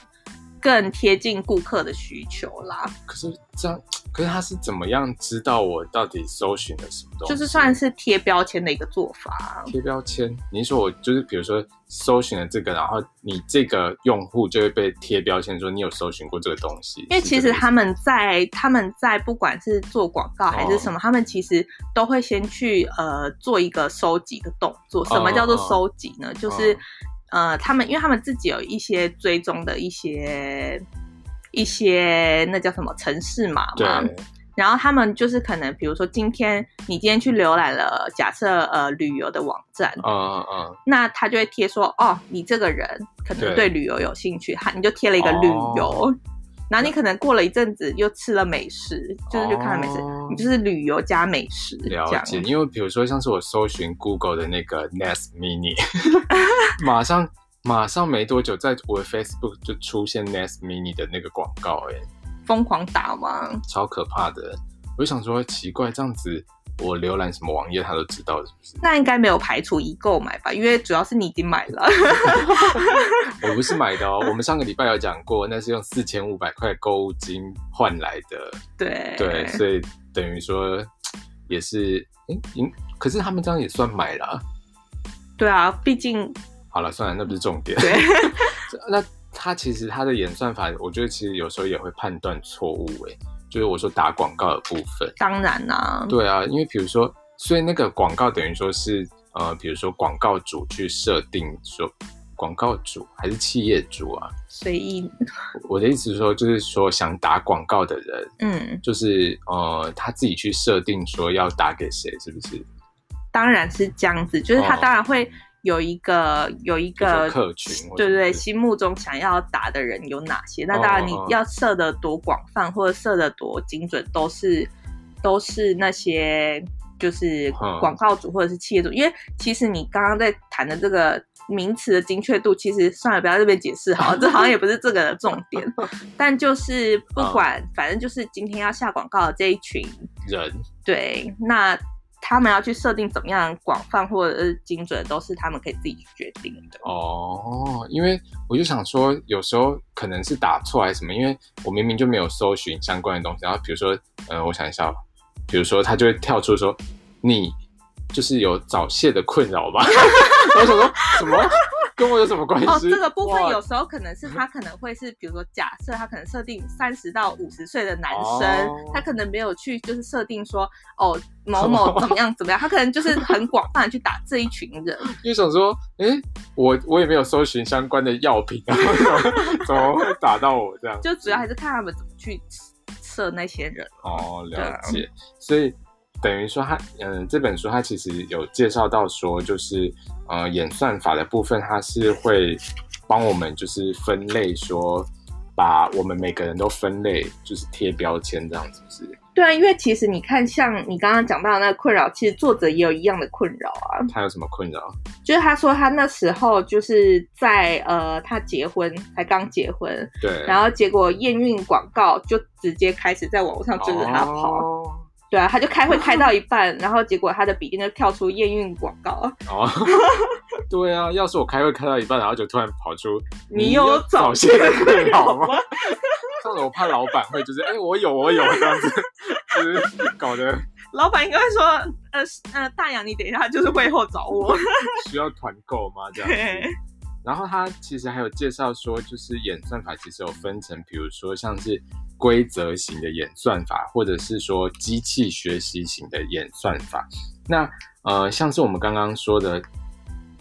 B: 更贴近顾客的需求啦，
A: 可是这样，可是他是怎么样知道我到底搜寻了什么东西？
B: 就是算是贴标签的一个做法。
A: 贴标签。你说我就是，比如说搜寻了这个，然后你这个用户就会被贴标签，说你有搜寻过这个东西。
B: 因为其
A: 是
B: 实
A: 这个意思
B: 他们在他们在不管是做广告
A: 哦
B: 还是什么，他们其实都会先去呃做一个收集的动作。什
A: 哦
B: 么叫做收集呢？就是、呃他们因为他们自己有一些追踪的一些一些那叫什么城市码
A: 对
B: 嘛，然后他们就是可能比如说今天你今天去浏览了假设呃旅游的网站，
A: 嗯嗯嗯，
B: 那他就会贴说，哦，你这个人可能
A: 对
B: 对旅游有兴趣，哈，你就贴了一个旅游。
A: 哦
B: 然后你可能过了一阵子又吃了美食，就是去看了美食，
A: 哦
B: 你就是旅游加美食这
A: 了
B: 样。
A: 解。因为比如说像是我搜寻 Google 的那个 Nest Mini，马上马上没多久，在我的 Facebook 就出现 Nest Mini 的那个广告、哎，
B: 疯狂打吗？
A: 超可怕的。我就想说，奇怪，这样子我浏览什么网页他都知道，是不是？
B: 那应该没有排除已购买吧，因为主要是你已经买了。
A: 我不是买的哦，我们上个礼拜有讲过，那是用四千五百块购物金换来的，
B: 对
A: 对，所以等于说也是，诶，嗯，可是他们这样也算买了啊。
B: 对啊，毕竟
A: 好了，算了，那不是重点。
B: 对
A: 那他其实他的演算法，我觉得其实有时候也会判断错误，诶，就是我说打广告的部分。
B: 当然啦、
A: 对啊，因为比如说，所以那个广告等于说是呃，比如说广告主去设定说，广告主还是企业主啊？
B: 随意。
A: 我的意思是说，就是说想打广告的人，
B: 嗯，
A: 就是呃他自己去设定说要打给谁，是不是？
B: 当然是这样子，就是他
A: 哦
B: 当然会有一个、有一
A: 比如说
B: 个
A: 客群或者
B: 对
A: 是
B: 对，心目中想要打的人有哪些？那
A: 哦
B: 当然，你
A: 哦
B: 要设的多广泛或者设的多精准，都是都是那些就是
A: 嗯
B: 广告主或者是企业主，因为其实你刚刚在谈的这个名词的精确度，其实算了，不要在这边解 释好了，这好像也不是这个的重点。但就是不
A: 嗯
B: 管，反正就是今天要下广告的这一群，
A: 人
B: 对，那他们要去设定怎么样广泛或者是精准，都是他们可以自己去决定的。
A: 哦。因为我就想说，有时候可能是打错还是什么，因为我明明就没有搜寻相关的东西。然后比如说，呃，我想一下哦，比如说他就会跳出说你就是有早泄的困扰吧。 我想说什么跟我有什么关系？
B: 哦，这个部分
A: 哇
B: 有时候可能是他可能会是，比如说假设他可能设定三十到五十岁的男生，
A: 哦
B: 他可能没有去就是设定说哦某某怎么样怎么样，他可能就是很广泛的去打这一群人，
A: 就想说，哎、我我也没有搜寻相关的药品啊，为什么 怎么会打到我这样？
B: 就主要还是看他们怎么去设那些人。
A: 哦，了解。
B: 啊
A: 所以等于说他，嗯、这本书它其实有介绍到说，就是呃，演算法的部分，它是会帮我们就是分类说。把我们每个人都分类，就是贴标签这样子，是不是？
B: 对啊，因为其实你看，像你刚刚讲到的那个困扰，其实作者也有一样的困扰啊，
A: 他有什么困扰？
B: 就是他说他那时候就是在呃他结婚才刚结婚，
A: 对，
B: 然后结果验孕广告就直接开始在网络上追着他跑。
A: 哦
B: 对啊，他就开会开到一半，然后结果他的笔电就跳出验孕广告，
A: 哦，对啊，要是我开会开到一半，然后就突然跑出，
B: 你有
A: 早
B: 早
A: 泄
B: 泄
A: 的
B: 的
A: 困
B: 困
A: 扰
B: 扰
A: 吗
B: 吗？
A: 上次我怕老板会就是，哎、我有，我有这样子，就是搞得
B: 老板应该会说，呃是呃，大洋，你等一下就是会后找我。
A: 需要团购吗？这样
B: 对
A: 子。然后他其实还有介绍说，就是演算法其实有分成，比如说像是规则型的演算法，或者是说机器学习型的演算法。那呃，像是我们刚刚说的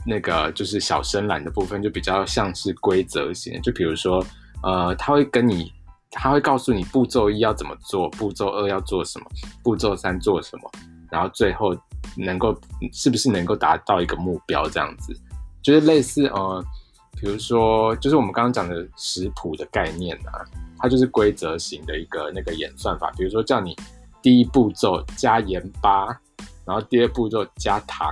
A: 那个，就是小深蓝的部分，就比较像是规则型，就比如说呃，他会跟你，他会告诉你步骤一要怎么做，步骤二要做什么，步骤三做什么，然后最后能够是不是能够达到一个目标这样子，就是类似呃，比如说就是我们刚刚讲的食谱的概念啊，它就是规则型的一个那个演算法，比如说叫你第一步骤加盐巴，然后第二步骤加糖，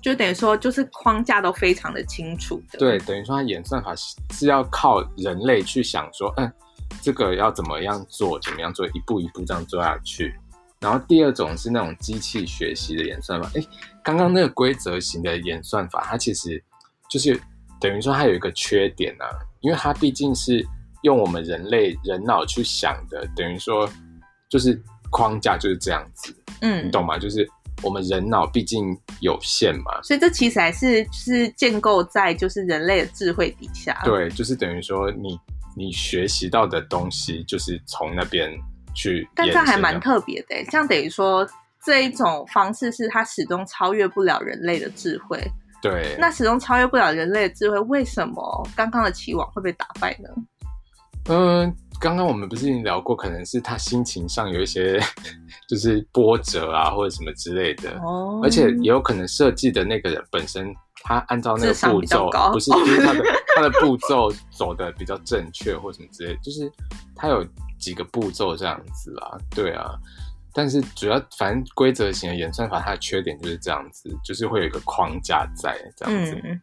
B: 就等于说，就是框架都非常的清楚的。
A: 对，等于说它演算法是是要靠人类去想说，嗯，这个要怎么样做，怎么样做，一步一步这样做下去。然后第二种是那种机器学习的演算法。哎，刚刚那个规则型的演算法，它其实就是等于说它有一个缺点啊，因为它毕竟是用我们人类人脑去想的，等于说就是框架就是这样子，你
B: 嗯，
A: 懂吗？就是我们人脑毕竟有限嘛，
B: 所以这其实还是就是建构在就是人类的智慧底下。，
A: 对，就是等于说你你学习到的东西，就是从那边去延伸的，啊
B: 但这样还蛮特别的欸，这样等于说这一种方式是它始终超越不了人类的智慧。
A: 对。
B: 那始终超越不了人类的智慧，为什么刚刚的棋王会被打败呢？
A: 嗯，刚刚我们不是已经聊过，可能是他心情上有一些 就是波折啊，或者什么之类的，
B: 哦
A: 而且也有可能设计的那个人本身他按照那个
B: 智商
A: 步
B: 比较
A: 骤
B: 高，
A: 不 是就是他的他的步骤走的比较正确或什么之类的，就是他有几个步骤这样子啊，对啊。但是主要，反正规则型的演算法，它的缺点就是这样子，就是会有一个框架在这样子。
B: 嗯，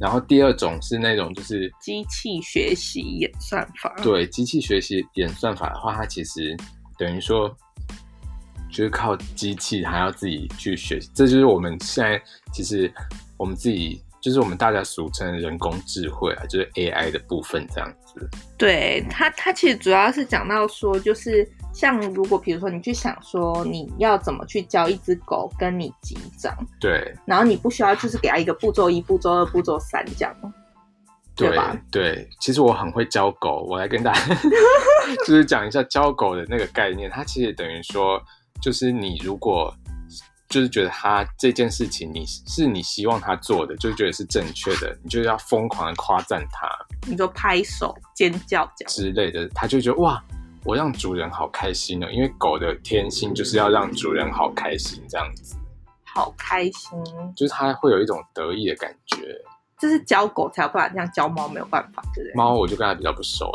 A: 然后第二种是那种就是
B: 机器学习演算法，
A: 对机器学习演算法的话，它其实等于说就是靠机器，还要自己去学习。这就是我们现在其实我们自己就是我们大家俗称的人工智慧啊，就是 AI 的部分这样子。
B: 对它，它其实主要是讲到说，就是像如果比如说你去想说你要怎么去教一只狗跟你击掌，
A: 对
B: 然后你不需要就是给它一个步骤一、步骤二、步骤三这样。对
A: 对
B: 吧
A: 对，其实我很会教狗，我来跟大家就是讲一下教狗的那个概念。它其实等于说，就是你如果就是觉得它这件事情你是你希望它做的，就觉得是正确的，你就要疯狂的夸赞它
B: 你就拍手、尖叫这样。
A: 之类的，它就觉得哇，我让主人好开心哦。因为狗的天性就是要让主人好开心，这样子，
B: 好开心，
A: 就是它会有一种得意的感觉。
B: 这是教狗才有办法，这样教猫没有办法，对不对？
A: 猫我就跟它比较不熟，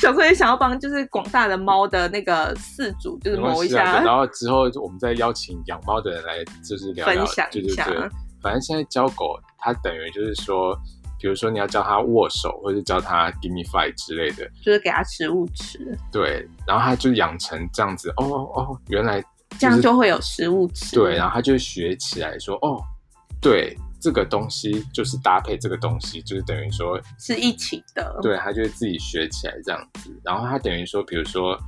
B: 小时候也想要帮，就是广大的猫的那个饲主，就是
A: 没关
B: 谋一
A: 系啊，
B: 下
A: 对然后之后就我们再邀请养猫的人来，就是聊聊
B: 分享
A: 对
B: 一
A: 对
B: 下。
A: 对，反正现在教狗，它等于就是说，比如说你要教它握手，或者教它 give me five 之类的，
B: 就是给它食物吃，
A: 对，然后它就养成这样子，哦哦哦，原来、就是、
B: 这样就会有食物吃。
A: 对，啊然后它就会学起来说，哦，对，这个东西就是搭配这个东西，就是等于说
B: 是一起的。，
A: 对，他就会自己学起来这样子。然后他等于说，比如说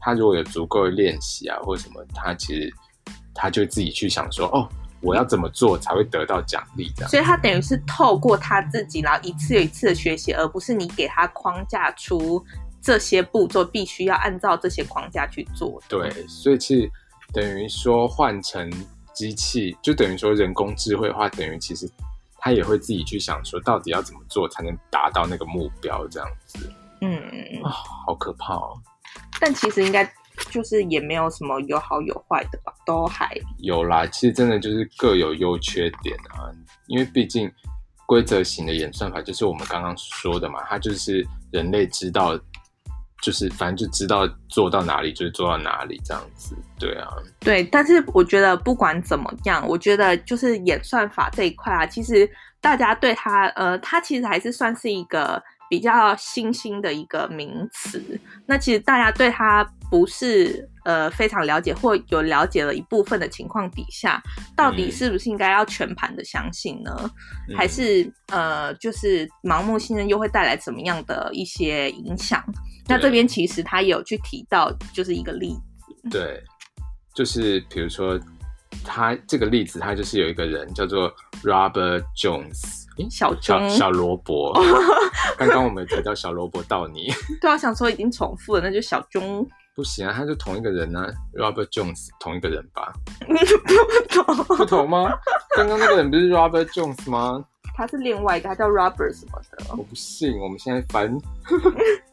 A: 他如果有足够的练习啊，或者什么，他其实他就自己去想说，哦，我要怎么做才会得到奖励这样。
B: 所以它等于是透过它自己，然后一次又一次的学习，而不是你给它框架出这些步骤，必须要按照这些框架去做。
A: 对，，所以其实等于说换成机器，就等于说人工智慧的话，等于其实他也会自己去想说，到底要怎么做才能达到那个目标这样子。
B: 嗯，
A: 好可怕哦！
B: 但其实应该就是也没有什么有好有坏的吧，都还
A: 有啦，其实真的就是各有优缺点啊，因为毕竟规则型的演算法就是我们刚刚说的嘛，它就是人类知道，就是反正就知道做到哪里就是做到哪里这样子，对啊，
B: 对，但是我觉得不管怎么样，我觉得就是演算法这一块啊，其实大家对它，呃，它其实还是算是一个比较新兴的一个名词。那其实大家对它不是呃非常了解，或有了解了一部分的情况底下，到底
A: 嗯
B: 是不是应该要全盘的相信呢？
A: 嗯
B: 还是呃，就是盲目信任又会带来怎么样的一些影响？那
A: 对
B: 这边其实他也有去提到，就是一个例子。
A: 对，就是比如说他这个例子，他就是有一个人叫做 Robert Jones，诶
B: 小
A: 小
B: 钟
A: 小罗 伯，刚刚我们有提到小罗伯道尼。
B: 对啊，想说已经重复了，那就小钟。
A: 不行啊，他就同一个人啊，Robert Jones 同一个人吧？
B: 不
A: 不
B: 懂，
A: 同 吗？刚刚那个人不是 Robert Jones 吗？
B: 他是另外一个，他叫 Robert 什么的。
A: 我不信，我们现在翻，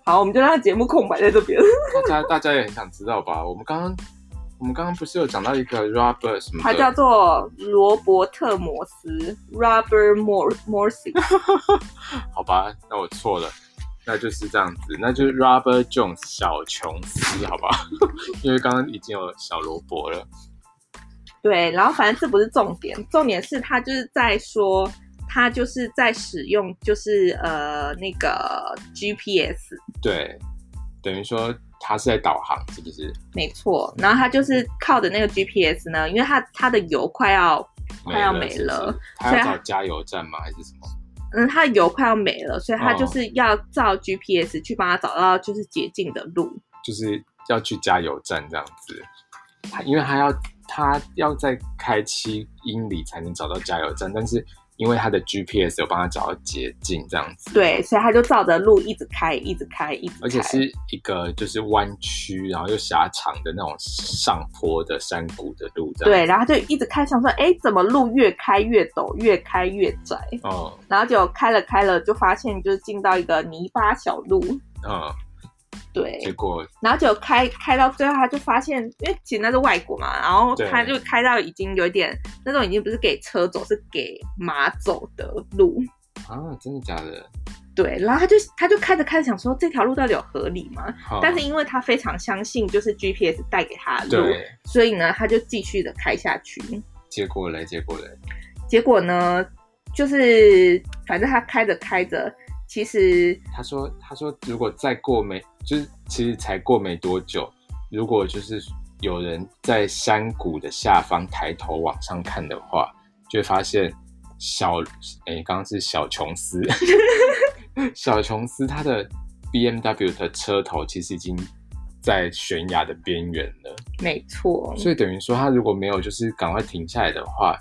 B: 好，我们就让节目空白在这边。
A: 大家大家也很想知道吧？我们刚刚我们刚刚不是有讲到一个 Robert 什么
B: 他叫
A: 的？
B: 做罗伯特·摩斯 （Robert Mor Morsi）。
A: 好吧，那我错了，那就是这样子，那就是 Robert Jones 小琼斯，好吧？ 因为刚刚已经有小罗伯了，
B: 对，然后反正这不是重点，重点是他就是在说，他就是在使用就是呃那个 GPS。
A: 对，等于说他是在导航，是不是？
B: 没错。然后他就是靠着那个 GPS 呢，因为他他的油快要快要没
A: 是不是
B: 了，
A: 他
B: 所以
A: 要
B: 他
A: 找加油站吗？还是什么？
B: 嗯，他的油快要没了，所以他
A: 哦
B: 就是要照 GPS 去帮他找到就是捷径的路。
A: 就是要去加油站这样子。他因为他要他要再开七英里才能找到加油站，但是因为他的 GPS 有帮他找到捷径这样子，
B: 对，所以他就照着路一直开，一直开，一直开。
A: 而且是一个就是弯曲然后又狭长的那种上坡的山谷的路这样
B: 对，
A: 子。
B: 然后他就一直开，想说，哎，怎么路越开越陡，越开越窄？
A: 嗯
B: 然后就开了开了，就发现就是进到一个泥巴小路，
A: 嗯，
B: 对，
A: 结果
B: 然后就开开到最后，他就发现，因为其实那是外国嘛，然后
A: 对
B: 他就开到已经有点那种已经不是给车走，是给马走的路，
A: 啊，真的假的？
B: 对，然后他就他就开着开着想说这条路到底有合理吗？
A: 嗯
B: 但是因为他非常相信就是 GPS 带给他的路，
A: 对，
B: 所以呢他就继续的开下去，
A: 结果嘞，结果嘞，
B: 结果呢就是反正他开着开着，其实
A: 他说：“他说如果再过没，就是其实才过没多久，如果就是有人在山谷的下方抬头往上看的话，就会发现小哎，刚刚是小琼 斯，小琼斯他的 B M W 的车头其实已经在悬崖的边缘了，
B: 没错，
A: 所以等于说他如果没有就是赶快停下来的话，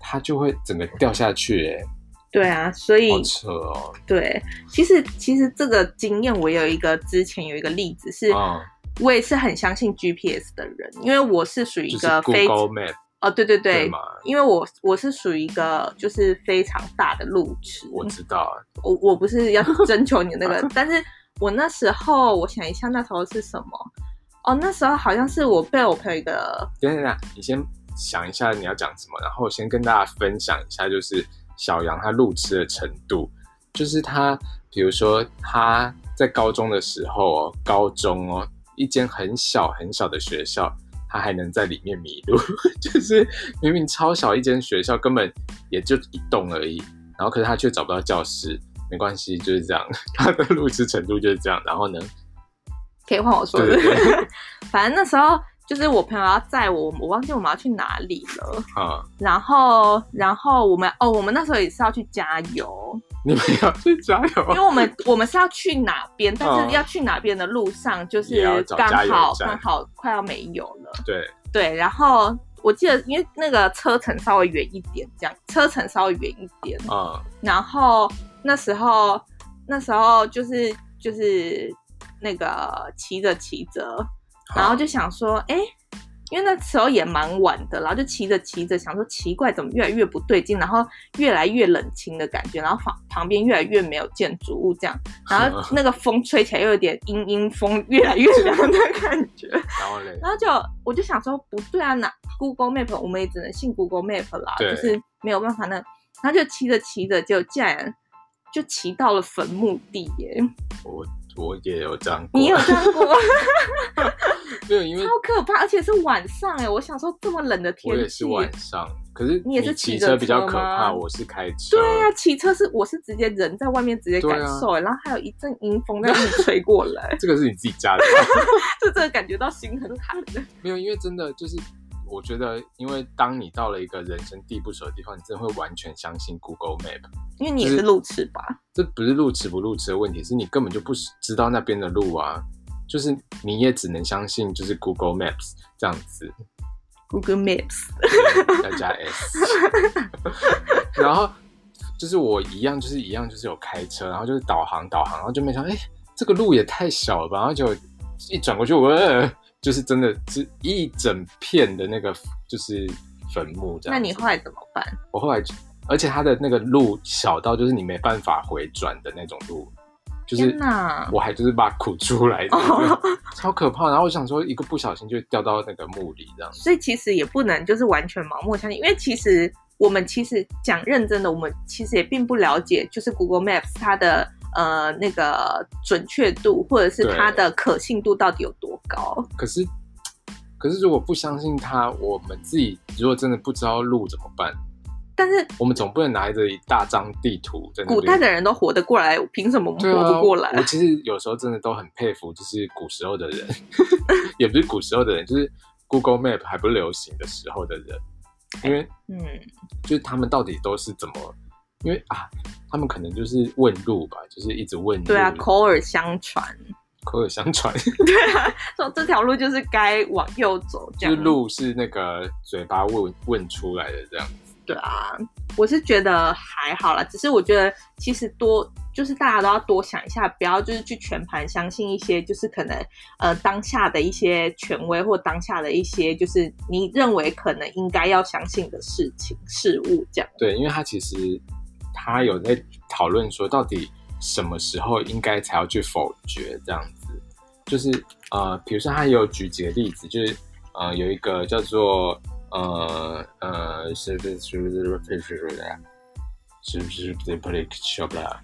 A: 他就会整个掉下去、
B: 对啊，所
A: 哎，
B: 以
A: 好扯哦，
B: 对，其实其实这个经验我有一个之前有一个例子是，
A: 嗯，
B: 我也是很相信 GPS 的人，因为我是属于一
A: 就是
B: 个非
A: Google Map
B: 哦，对对对，
A: 对吗？”
B: 因为我我是属于一个就是非常大的路痴，
A: 我知道，
B: 我我不是要 征求你 那个，但是我那时候我想一下，那时候是什么？哦，那时候好像是我被我朋友一个
A: 等等等等，你先想一下你要讲什么，然后我先跟大家分享一下，就是小杨他路痴的程度，就是他，比如说他在高中的时候、哦，高中哦，一间很小很小的学校，他还能在里面迷路， 就是明明超小一间学校，根本也就一栋而已，然后可是他却找不到教室。没关系，就是这样， 他的路痴程度就是这样。然后呢，
B: 可以换我说的，
A: 对对
B: 反正那时候就是我朋友要载我，我忘记我们要去哪里了。
A: 啊、
B: 然后，然后我们哦，我们那时候也是要去加油，
A: 你们要去加
B: 因 为
A: 油，
B: 我们我们是要去哪边，但
A: 哦嗯
B: 是要去哪边的路上，就
A: 也要
B: 是
A: 找
B: 刚
A: 加油
B: 好
A: 站
B: 刚好快要没油了。
A: 对，
B: 对，然后我记得，因为那个车程稍微远一点，这样车程稍微远一点，
A: 啊、
B: 然后那时候那时候就是就是那个骑着骑着，然后就想说，哎、因为那时候也蛮晚的，然后就骑着骑着，想说奇怪，怎么越来越不对劲，然后越来越冷清的感觉，然后旁旁边越来越没有建筑物这样，然后那个风吹起来又有点阴阴风，越来越凉的感觉，
A: 然后嘞，
B: 然后就我就想说，不对啊，那 Google Map 我们也只能信 Google Map 啦，
A: 对
B: 就是没有办法那，然后就骑着骑着就竟然就骑到了坟墓地耶，
A: 我我也有这样过，
B: 你有这样 过？
A: 没有？因为
B: 超可怕，而且是晚上哎，我想说这么冷的天
A: 我
B: 气，
A: 也是晚上，可是
B: 你也是
A: 骑
B: 骑着车
A: 比较可怕，
B: 吗
A: 我是开车。
B: 对啊，骑车是我是直接人在外面直接
A: 啊
B: 感受哎，然后还有一阵阴风在那里吹过来，
A: 这个是你自己加的，
B: 就真的感觉到心很寒的。
A: 没有？因为真的就是，我觉得，因为当你到了一个人生地不熟的地方，你真的会完全相信 Google Map。
B: 因为你也是路痴吧？
A: 这不是路痴不路痴的问题，是你根本就不知道那边的路啊。就是你也只能相信就是 Google Maps 这样子，
B: Google Maps，
A: 要加 S。然后就是我一样，就是一样，就是有开车，然后就是导航导航，然后就没想到，哎、这个路也太小了吧，然后就一转过去，我、呃就是真的是一整片的那个就是坟墓这样子。
B: 那你后来怎么办？
A: 我后来就，而且它的那个路小到就是你没办法回转的那种路，就是
B: 天哪哦
A: 我还就是把它苦出来的，超可怕。然后我想说，一个不小心就掉到那个墓里这样子。
B: 所以其实也不能就是完全盲目相信，因为其实我们其实讲认真的，我们其实也并不了解，就是 Google Maps 它的呃那个准确度或者是它的可信度到底有多高。
A: 可是，可是如果不相信他，我们自己如果真的不知道路怎么办？
B: 但是
A: 我们总不能拿着一大张地图在那
B: 古
A: 边
B: 代的人都活得过来，凭什么我
A: 对
B: 们活不过来？
A: 啊。我其实有时候真的都很佩服，就是古时候的人， 也不是古时候的人，就是 Google Map 还不流行的时候的人，因为
B: 嗯，
A: 就是他们到底都是怎么，因为啊，他们可能就是问路吧，就是一直问路，
B: 对啊，口耳相传，
A: 口耳相传，
B: 说这条路就是该往右走，这
A: 就
B: 样
A: 是路是那个嘴巴问问出来的这样。
B: 对啊，我是觉得还好啦，只是我觉得其实多就是大家都要多想一下，不要就是去全盘相信一些就是可能呃当下的一些权威或当下的一些就是你认为可能应该要相信的事情事物这样。
A: 对，因为他其实他有在讨论说，到底什么时候应该才要去否决这样子。就是呃，比如说他也有举几个例子，就是呃，有一个叫做呃呃，是是是是是是是是不是小不啦，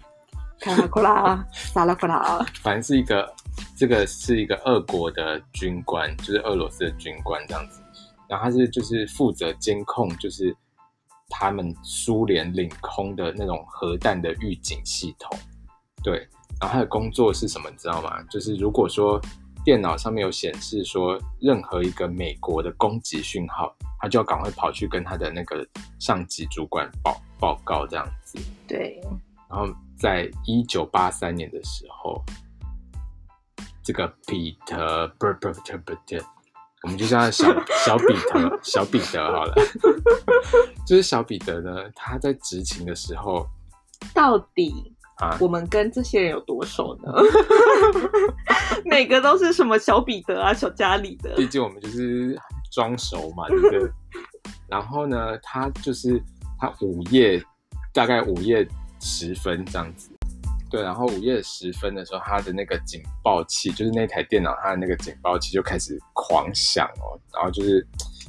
B: 卡拉库拉，萨拉库拉，
A: 反正是一个这个是一个俄国的军官，就是俄罗斯的军官这样子。然后他是就是负责监控，就是他们苏联领空的那种核弹的预警系统。对，然后他的工作是什么，你知道吗？就是如果说电脑上面有显示说任何一个美国的攻击讯号，他就要赶快跑去跟他的那个上级主管报报告这样子。
B: 对，
A: 然后在一九八三年的时候，这个彼得不不不不不，我们就叫他小小彼得小彼得好了。就是小彼得呢，他在执勤的时候
B: 到底
A: 啊，
B: 我们跟这些人有多熟呢？ 每个都是什么小彼得啊、小家里的，
A: 毕竟我们就是装熟嘛，对不对？然后呢，他就是他午夜大概午夜时分这样子，对，然后午夜时分的时候，他的那个警报器，就是那台电脑它的那个警报器就开始狂响哦，然后就是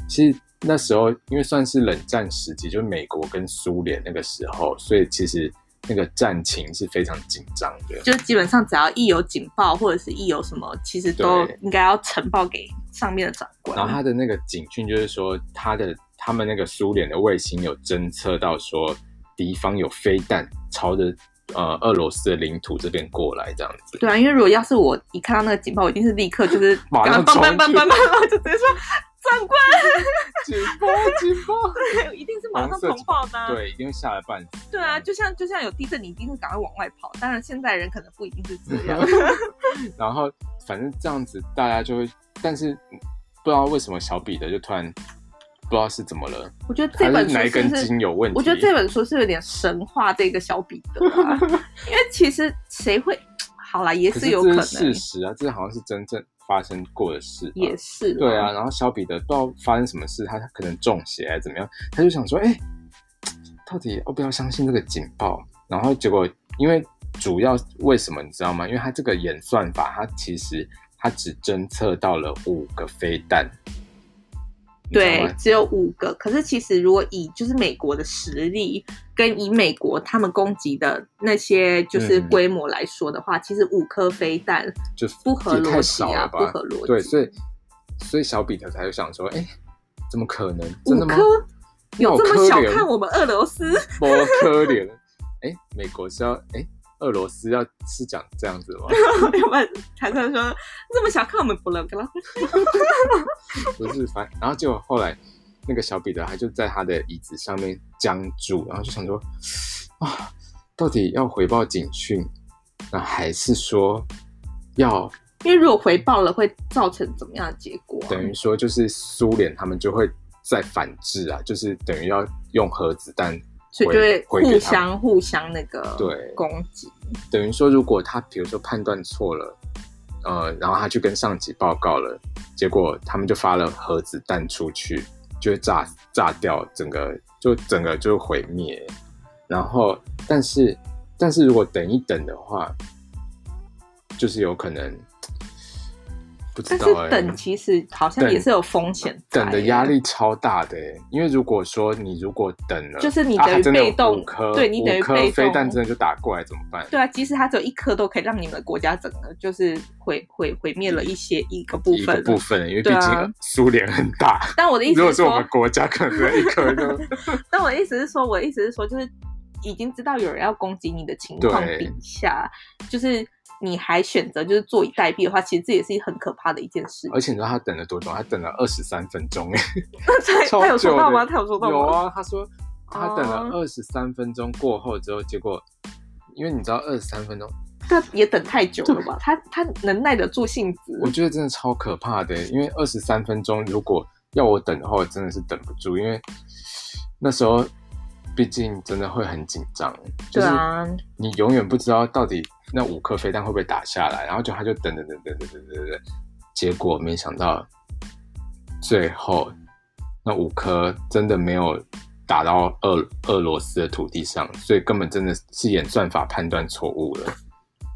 A: 其实那时候因为算是冷战时期，就是美国跟苏联那个时候，所以其实那个战情是非常紧张的。
B: 就基本上只要一有警报或者是一有什么，其实都
A: 对
B: 应该要呈报给上面的长官。
A: 然后他的那个警讯就是说，他的他们那个苏联的卫星有侦测到说，敌方有飞弹朝着呃俄罗斯的领土这边过来，这样子。
B: 对啊，因为如果要是我一看到那个警报，我一定是立刻就是
A: 马上
B: 赶快
A: 冲
B: 搬搬
A: 去
B: 搬搬搬，就直接说长官，
A: 警报，警报！
B: 对， 一定是马上通报的 啊、
A: 对，一定吓了半死。
B: 对啊，就像就像有地震，你一定是赶快往外跑。当然，现在人可能不一定是这 样。
A: 然后反正这样子，大家就会，但是不知道为什么小彼得就突然不知道是怎么了，
B: 我觉得
A: 还
B: 这
A: 是
B: 本书
A: 哪一
B: 是
A: 根
B: 不是
A: 筋有问题？
B: 我觉得这本书是有点神话这个小彼得、啊， 因为其实谁会？好啦，也
A: 可
B: 是有可
A: 这
B: 能，
A: 是事实啊，这好像是真正发生过的事吧。
B: 也是啦
A: 对啊，，然后小彼得不知道发生什么事，他他可能中邪还是怎么样，他就想说，哎、到底要不要相信这个警报？然后结果，因为主要为什么你知道吗？因为他这个演算法，它其实它只侦测到了五个飞弹，你知道
B: 对
A: 吗，
B: 只有五个。可是其实如果以就是美国的实力跟以美国他们攻击的那些就是
A: 嗯
B: 规模来说的话，其实五颗飞弹
A: 就
B: 不合
A: 也
B: 逻
A: 太
B: 辑
A: 少
B: 啊，
A: 了
B: 不
A: 吧？
B: 合逻辑。
A: 对，所以所以小彼得才会想说，哎、怎么可能？真
B: 五
A: 的吗？
B: 颗有这么小
A: 那我可怜
B: 看我们俄罗斯？
A: 不可怜。哎、美国是要哎、俄罗斯要是讲这样子吗？
B: 我们才算说这么小看我们不了不了。
A: 不是，反然后结果后来那个小彼得他就在他的椅子上面僵住，然后就想说啊，到底要回报警讯，那还是说要
B: 因为如果回报了，会造成怎么样的结果啊、
A: 等于说就是苏联他们就会再反制啊，就是等于要用核子弹
B: 所以
A: 回
B: 就会
A: 回给他
B: 互
A: 们，
B: 相互相那个
A: 对
B: 攻击。
A: 等于说如果他比如说判断错了。呃，然后他去跟上级报告了，结果他们就发了核子弹出去，就会炸炸掉整个，就整个就毁灭。然后，但是但是如果等一等的话，就是有可能不知
B: 但
A: 道
B: 是
A: 哎、
B: 等其实好像也是有风险在欸，
A: 等的压力超大的、欸，因为如果说你如果等了，
B: 就是你
A: 啊
B: 等于
A: 它真的有
B: 被动
A: 五颗
B: 对你等于
A: 五颗
B: 被动
A: 飞弹真的就打过来怎么办？
B: 对啊，即使它只有一颗，都可以让你们的国家整个就是毁毁毁灭了一些一个部
A: 嗯一
B: 分
A: 个部
B: 了。
A: 分，因为毕
B: 对啊
A: 竟苏联很 大，
B: 但我的
A: 如
B: 意思
A: 果
B: 是
A: 是我
B: 说
A: 们，国家，可能一颗就
B: 但我的意思是说，我的意思是说，就是已经知道有人要攻击你的情况
A: 对。
B: 底下，就是你还选择就是坐以待毙的话，其实这也是很可怕的一件事
A: 而且你知道他等了多久？他等了二十三分钟，哎，
B: 他
A: 超
B: 他有
A: 久
B: 说到吗？
A: 的
B: 他有说到
A: 有
B: 吗？哦
A: 啊，他说他等了二十三分钟过后之后，结果因为你知道二十三分钟，
B: 他也等太久了吧？他他能耐得住性子？
A: 我觉得真的超可怕的，因为二十三分钟如果要我等的话，我真的是等不住，因为那时候毕竟真的会很紧张，就是
B: 对啊，
A: 你永远不知道到底那五颗飞弹会不会打下来，然后就他就等等等等等等等等，结果没想到最后那五颗真的没有打到俄俄罗斯的土地上，所以根本真的是演算法判断错误了。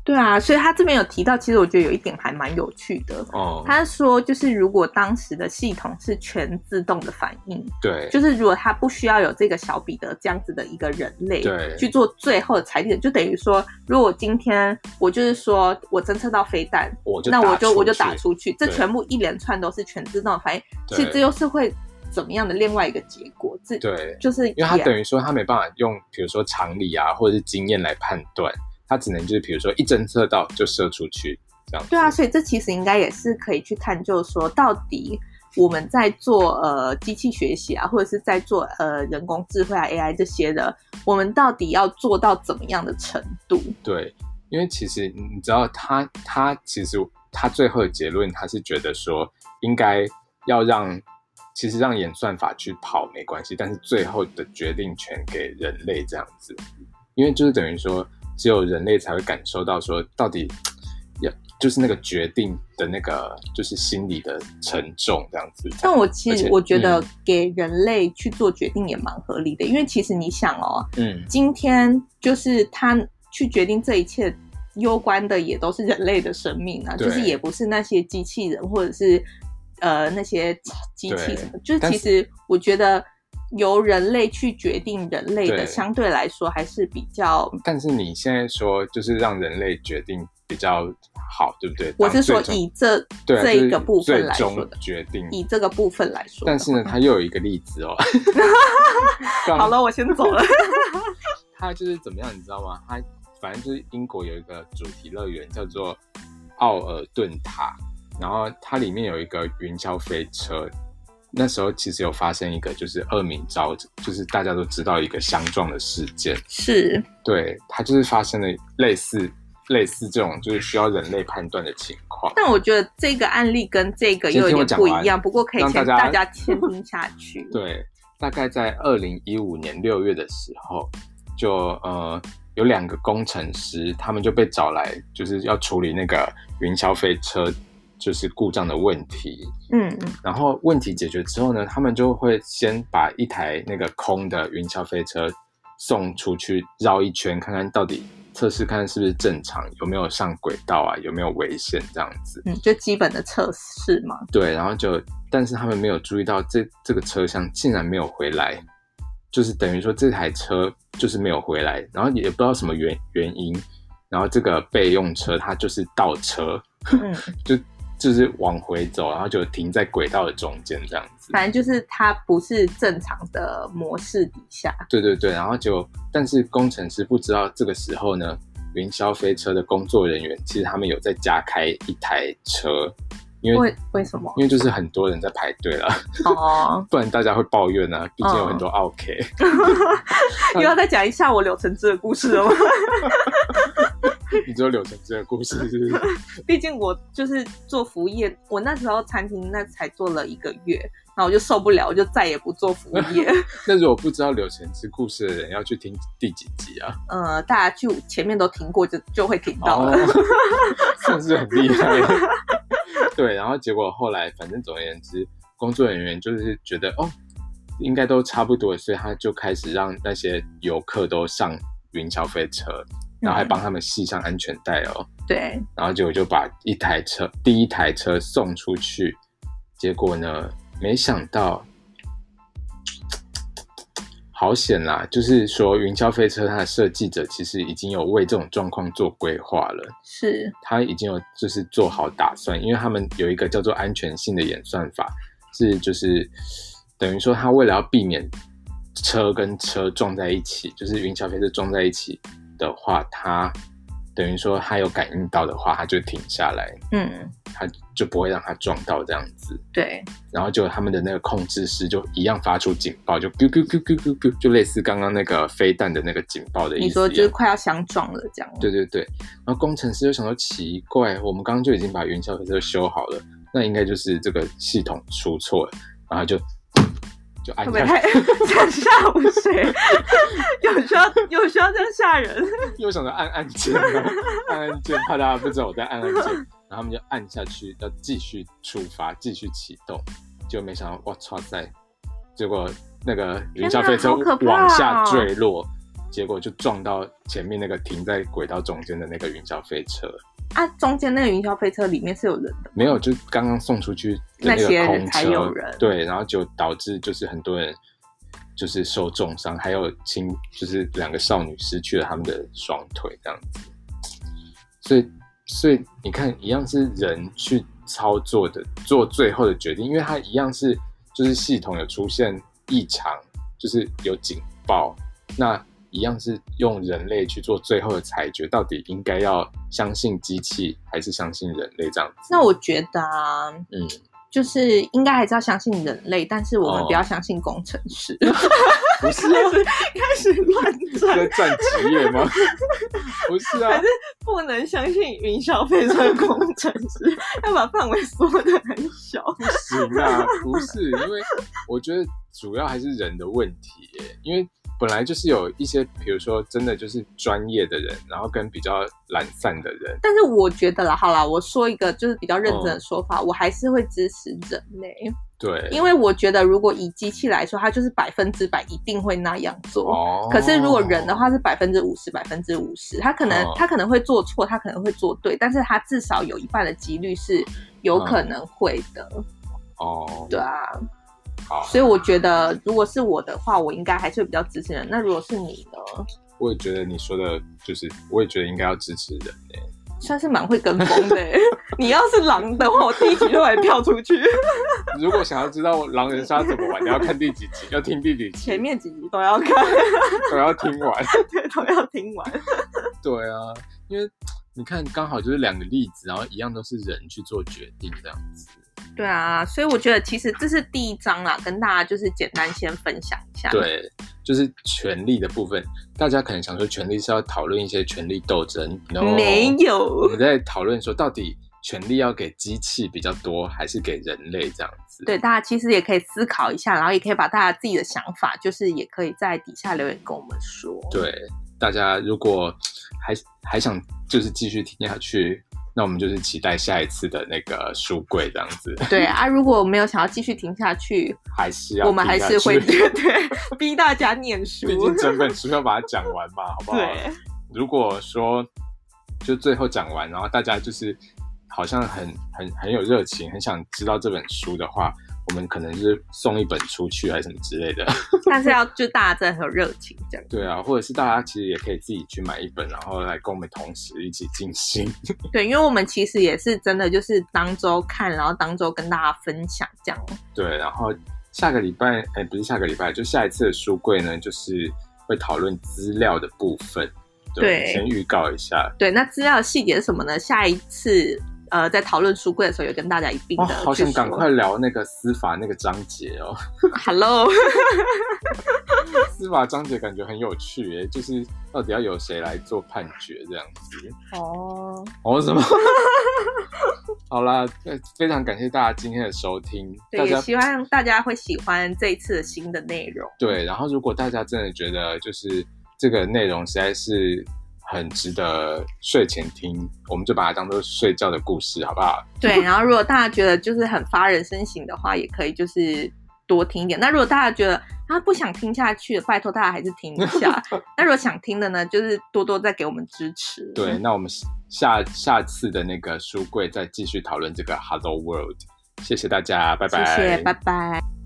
B: 对啊，所以他这边有提到，其实我觉得有一点还蛮有趣的。
A: 哦，
B: 他说，就是如果当时的系统是全自动的反应，
A: 对，
B: 就是如果他不需要有这个小彼得这样子的一个人类
A: 对
B: 去做最后的裁定，就等于说，如果今天我就是说我侦测到飞弹，
A: 我就
B: 那我就
A: 出
B: 我就
A: 去
B: 打出去，这
A: 对
B: 全部一连串都是全自动的反应，
A: 对
B: 其实这又是会怎么样的另外一个结果？这
A: 对，
B: 就是
A: 因为他
B: 也
A: 等于说他没办法用比如说常理啊或者是经验来判断，他只能就是比如说一侦测到就射出去这样子。
B: 对啊，所以这其实应该也是可以去探究说，到底我们在做呃机器学习啊，或者是在做呃人工智慧啊 AI 这些的，我们到底要做到怎么样的程度？
A: 对，因为其实你知道他，他其实他最后的结论，他是觉得说应该要让，其实让演算法去跑没关系，但是最后的决定权给人类这样子，因为就是等于说只有人类才会感受到说到底要就是那个决定的那个就是心理的沉重这样子。
B: 但我其
A: 而
B: 实
A: 且
B: 我觉得
A: 嗯
B: 给人类去做决定也蛮合理的，因为其实你想哦，
A: 嗯，
B: 今天就是他去决定这一切。攸关的也都是人类的生命啊，
A: 对
B: 就是也不是那些机器人或者是呃那些机器什么，就是
A: 但
B: 其
A: 是
B: 实我觉得由人类去决定人类的，
A: 对
B: 相对来说还是比较，
A: 但是你现在说就是让人类决定比较好，对不对？
B: 我
A: 当
B: 是说
A: 最终
B: 以这
A: 对啊、
B: 这
A: 就是
B: 一个部分来
A: 最
B: 说
A: 终
B: 的，
A: 决定。
B: 以这个部分来说的，
A: 但是呢，他又有一个例 子哦。 刚
B: 好，了，我先走
A: 嗯
B: 了。
A: 他就是怎么样，你知道吗？他反正就是英国有一个主题乐园叫做奥尔顿塔，然后它里面有一个云霄飞车。那时候其实有发生一个就是恶名昭，就是大家都知道一个相撞的事件。
B: 是，
A: 对，它就是发生了类似类似这种就是需要人类判断的情况。
B: 但我觉得这个案例跟这个
A: 先
B: 又
A: 听我
B: 有点
A: 讲
B: 不
A: 完
B: 一样，不过可以
A: 让
B: 先
A: 大家
B: 大家先听下去。
A: 对，大概在二零一五年六月的时候，就呃有两个工程师，他们就被找来，就是要处理那个云霄飞车就是故障的问题。
B: 嗯，
A: 然后问题解决之后呢，他们就会先把一台那个空的云霄飞车送出去绕一圈，看看到底测试看是不是正常，有没有上轨道啊，有没有危险这样子。
B: 嗯，就基本的测试嘛。
A: 对，然后就，但是他们没有注意到这这个车厢竟然没有回来，就是等于说这台车就是没有回来，然后也不知道什么原原因，然后这个备用车它就是倒车，
B: 嗯，
A: 就就是往回走，然后就停在轨道的中间这样子。
B: 反正就是它不是正常的模式底下。
A: 对对对，然后就，但是工程师不知道这个时候呢，云霄飞车的工作人员其实他们有在加开一台车，因为
B: 为为什么？
A: 因为就是很多人在排队了。
B: 哦，
A: 不然大家会抱怨啊，毕竟有很多 OK。
B: 又要再讲一下我柳橙汁的故事了吗？
A: 你知道柳橙汁的故事是不是？
B: 毕竟我就是做服务业，我那时候餐厅那才做了一个月，然后我就受不了，我就再也不做服务 业。
A: 那如果不知道柳橙汁故事的人，要去听第几集啊？
B: 呃，大家去前面都听过就就会听
A: 哦
B: 到了。，
A: 算 是很厉害。 对，然后结果后来，反正总而言之，工作人员就是觉得哦，应该都差不多，所以他就开始让那些游客都上云霄飞车。然后还帮他们系上安全带哦。
B: 对，
A: 然后结果就把一台车第一台车送出去，结果呢，没想到，好险啦！就是说云霄飞车它的设计者其实已经有为这种状况做规划了，
B: 是，
A: 他已经有就是做好打算，因为他们有一个叫做安全性的演算法，是就是等于说他为了要避免车跟车撞在一起，就是云霄飞车撞在一起的话，它等于说它有感应到的话，它就停下来，
B: 嗯，
A: 它就不会让它撞到这样子。
B: 对，
A: 然后就他们的那个控制室就一样发出警报，就 biu biu biu biu biu biu，就类似刚刚那个飞弹的那个警报的意思一样。啊
B: 你说就是快要相撞了这样，
A: 对对对，然后工程师就想到奇怪，我们刚刚就已经把云霄飞车修好了，那应该就是这个系统出错了，然后就就按
B: 会不会
A: 下，
B: 太 太吓唬谁？ 有需要有需要这样吓人？
A: 又想着按按键了，按按键怕大家不知道我在按按键，然后他们就按下去要继续出发，继续启动，就没想到我操塞，结果那个云霄飞车
B: 天哪好可怕哦
A: 往下坠落。结果就撞到前面那个停在轨道中间的那个云霄飞车，
B: 啊，中间那个云霄飞车里面是有人的，
A: 没有，就刚刚送出去的
B: 嗯那
A: 个
B: 些
A: 空
B: 才
A: 车，
B: 有人
A: 对，然后就导致就是很多人就是受重伤，还有亲就是两个少女失去了他们的双腿这样子。所以，所以你看，一样是人去操作的，做最后的决定，因为它一样是就是系统有出现异常，就是有警报，那一样是用人类去做最后的裁决，到底应该要相信机器还是相信人类这样子？
B: 那我觉得啊，
A: 嗯。
B: 就是应该还是要相信人类，但是我们
A: 哦
B: 不要相信工程师。
A: 不是
B: 开
A: 啊，
B: 始开始乱 转，
A: 在占职业 吗？不是啊
B: 还，是不能相信云霄飞车的工程 师，要把范围缩的很小。
A: 不行啊，不是，因为我觉得主要还是人的问题耶，因为本来就是有一些，比如说真的就是专业的人，然后跟比较懒散的人，
B: 但是我觉得啦，好啦，我说一个就是比较认真的说
A: 哦
B: 法，我还是会支持人类，
A: 对，
B: 因为我觉得如果以机器来说，它就是百分之百一定会那样做。
A: 哦，
B: 可是如果人的，话是百分之五十，百分之五十，他可能、
A: 哦
B: 他可能会做错，他可能会做对，但是他至少有一半的几率是有可能会的，
A: 哦，
B: 对啊。
A: 好，
B: 所以我觉得，如果是我的话，我应该还是会比较支持人。那如果是你呢？
A: 我也觉得你说的，就是我也觉得应该要支持人耶，
B: 算是蛮会跟风的 欸、你要是狼的话，我第一集就把你票出去。
A: 如果想要知道狼人杀怎么玩，你要看第几集，要听第几 集，
B: 前面几集都要看，
A: 我要听完。
B: 对，都要听完。
A: 对啊，因为你看，刚好就是两个例子，然后一样都是人去做决定这样子。
B: 对啊，所以我觉得其实这是第一章啦，跟大家就是简单先分享一下。，
A: 对，就是权力的部分，大家可能想说，权力是要讨论一些权力斗争，no，
B: 没
A: 我
B: 有。
A: 们在讨论说，到底权力要给机器比较多，还是给人类这样子？
B: 对，大家其实也可以思考一下，然后也可以把大家自己的想法，就是也可以在底下留言跟我们说。
A: 对，大家如果还还想就是继续听下去，那我们就是期待下一次的那个书柜这样子，
B: 对啊，如果没有想要继续听下去，
A: 还是要
B: 我们还是会
A: 听下
B: 对
A: 去
B: 对逼大家念 书。
A: 毕竟整本书要把它讲完嘛，好不好？
B: 对，
A: 如果说就最后讲完，然后大家就是好像很很很有热情，很想知道这本书的话，我们可能就是送一本出去还是什么之类 的。
B: 但是要就大家真的很有热情这样。
A: 对啊，或者是大家其实也可以自己去买一本，然后来跟我们同时一起进行。
B: 对，因为我们其实也是真的就是当周看，然后当周跟大家分享这样。
A: 对，啊然后下个礼拜，哎，不是下个礼拜，就下一次的书柜呢，就是会讨论资料的部分。
B: 对
A: 先预告一下。
B: 对，那资料细节是什么呢？下一次呃在讨论书柜的时候，有跟大家一并
A: 哦，
B: 的、
A: 好想赶快。聊那个司法那个章节哦。
B: Hello，
A: 司法章节感觉很有趣耶，就是到底要由谁来做判决这样子。
B: 哦，
A: 哦，什么？ 好啦，呃非常感谢大家今天的收听，大
B: 对，也
A: 家
B: 希望大家会喜欢这一次的新的内容。
A: 对。然后，如果大家真的觉得就是这个内容实在是很值得睡前听，我们就把它当做睡觉的故事，好不好？
B: 对，然后如果大家觉得就是很发人深省的话，也可以就是多听一点。那如果大家觉得啊不想听下去，拜托大家还是听一 下。那如果想听的呢，就是多多再给我们支持。
A: 对，那我们下下次的那个书柜再继续讨论这个 Hello World。谢谢大家，拜拜。
B: 谢谢，拜拜。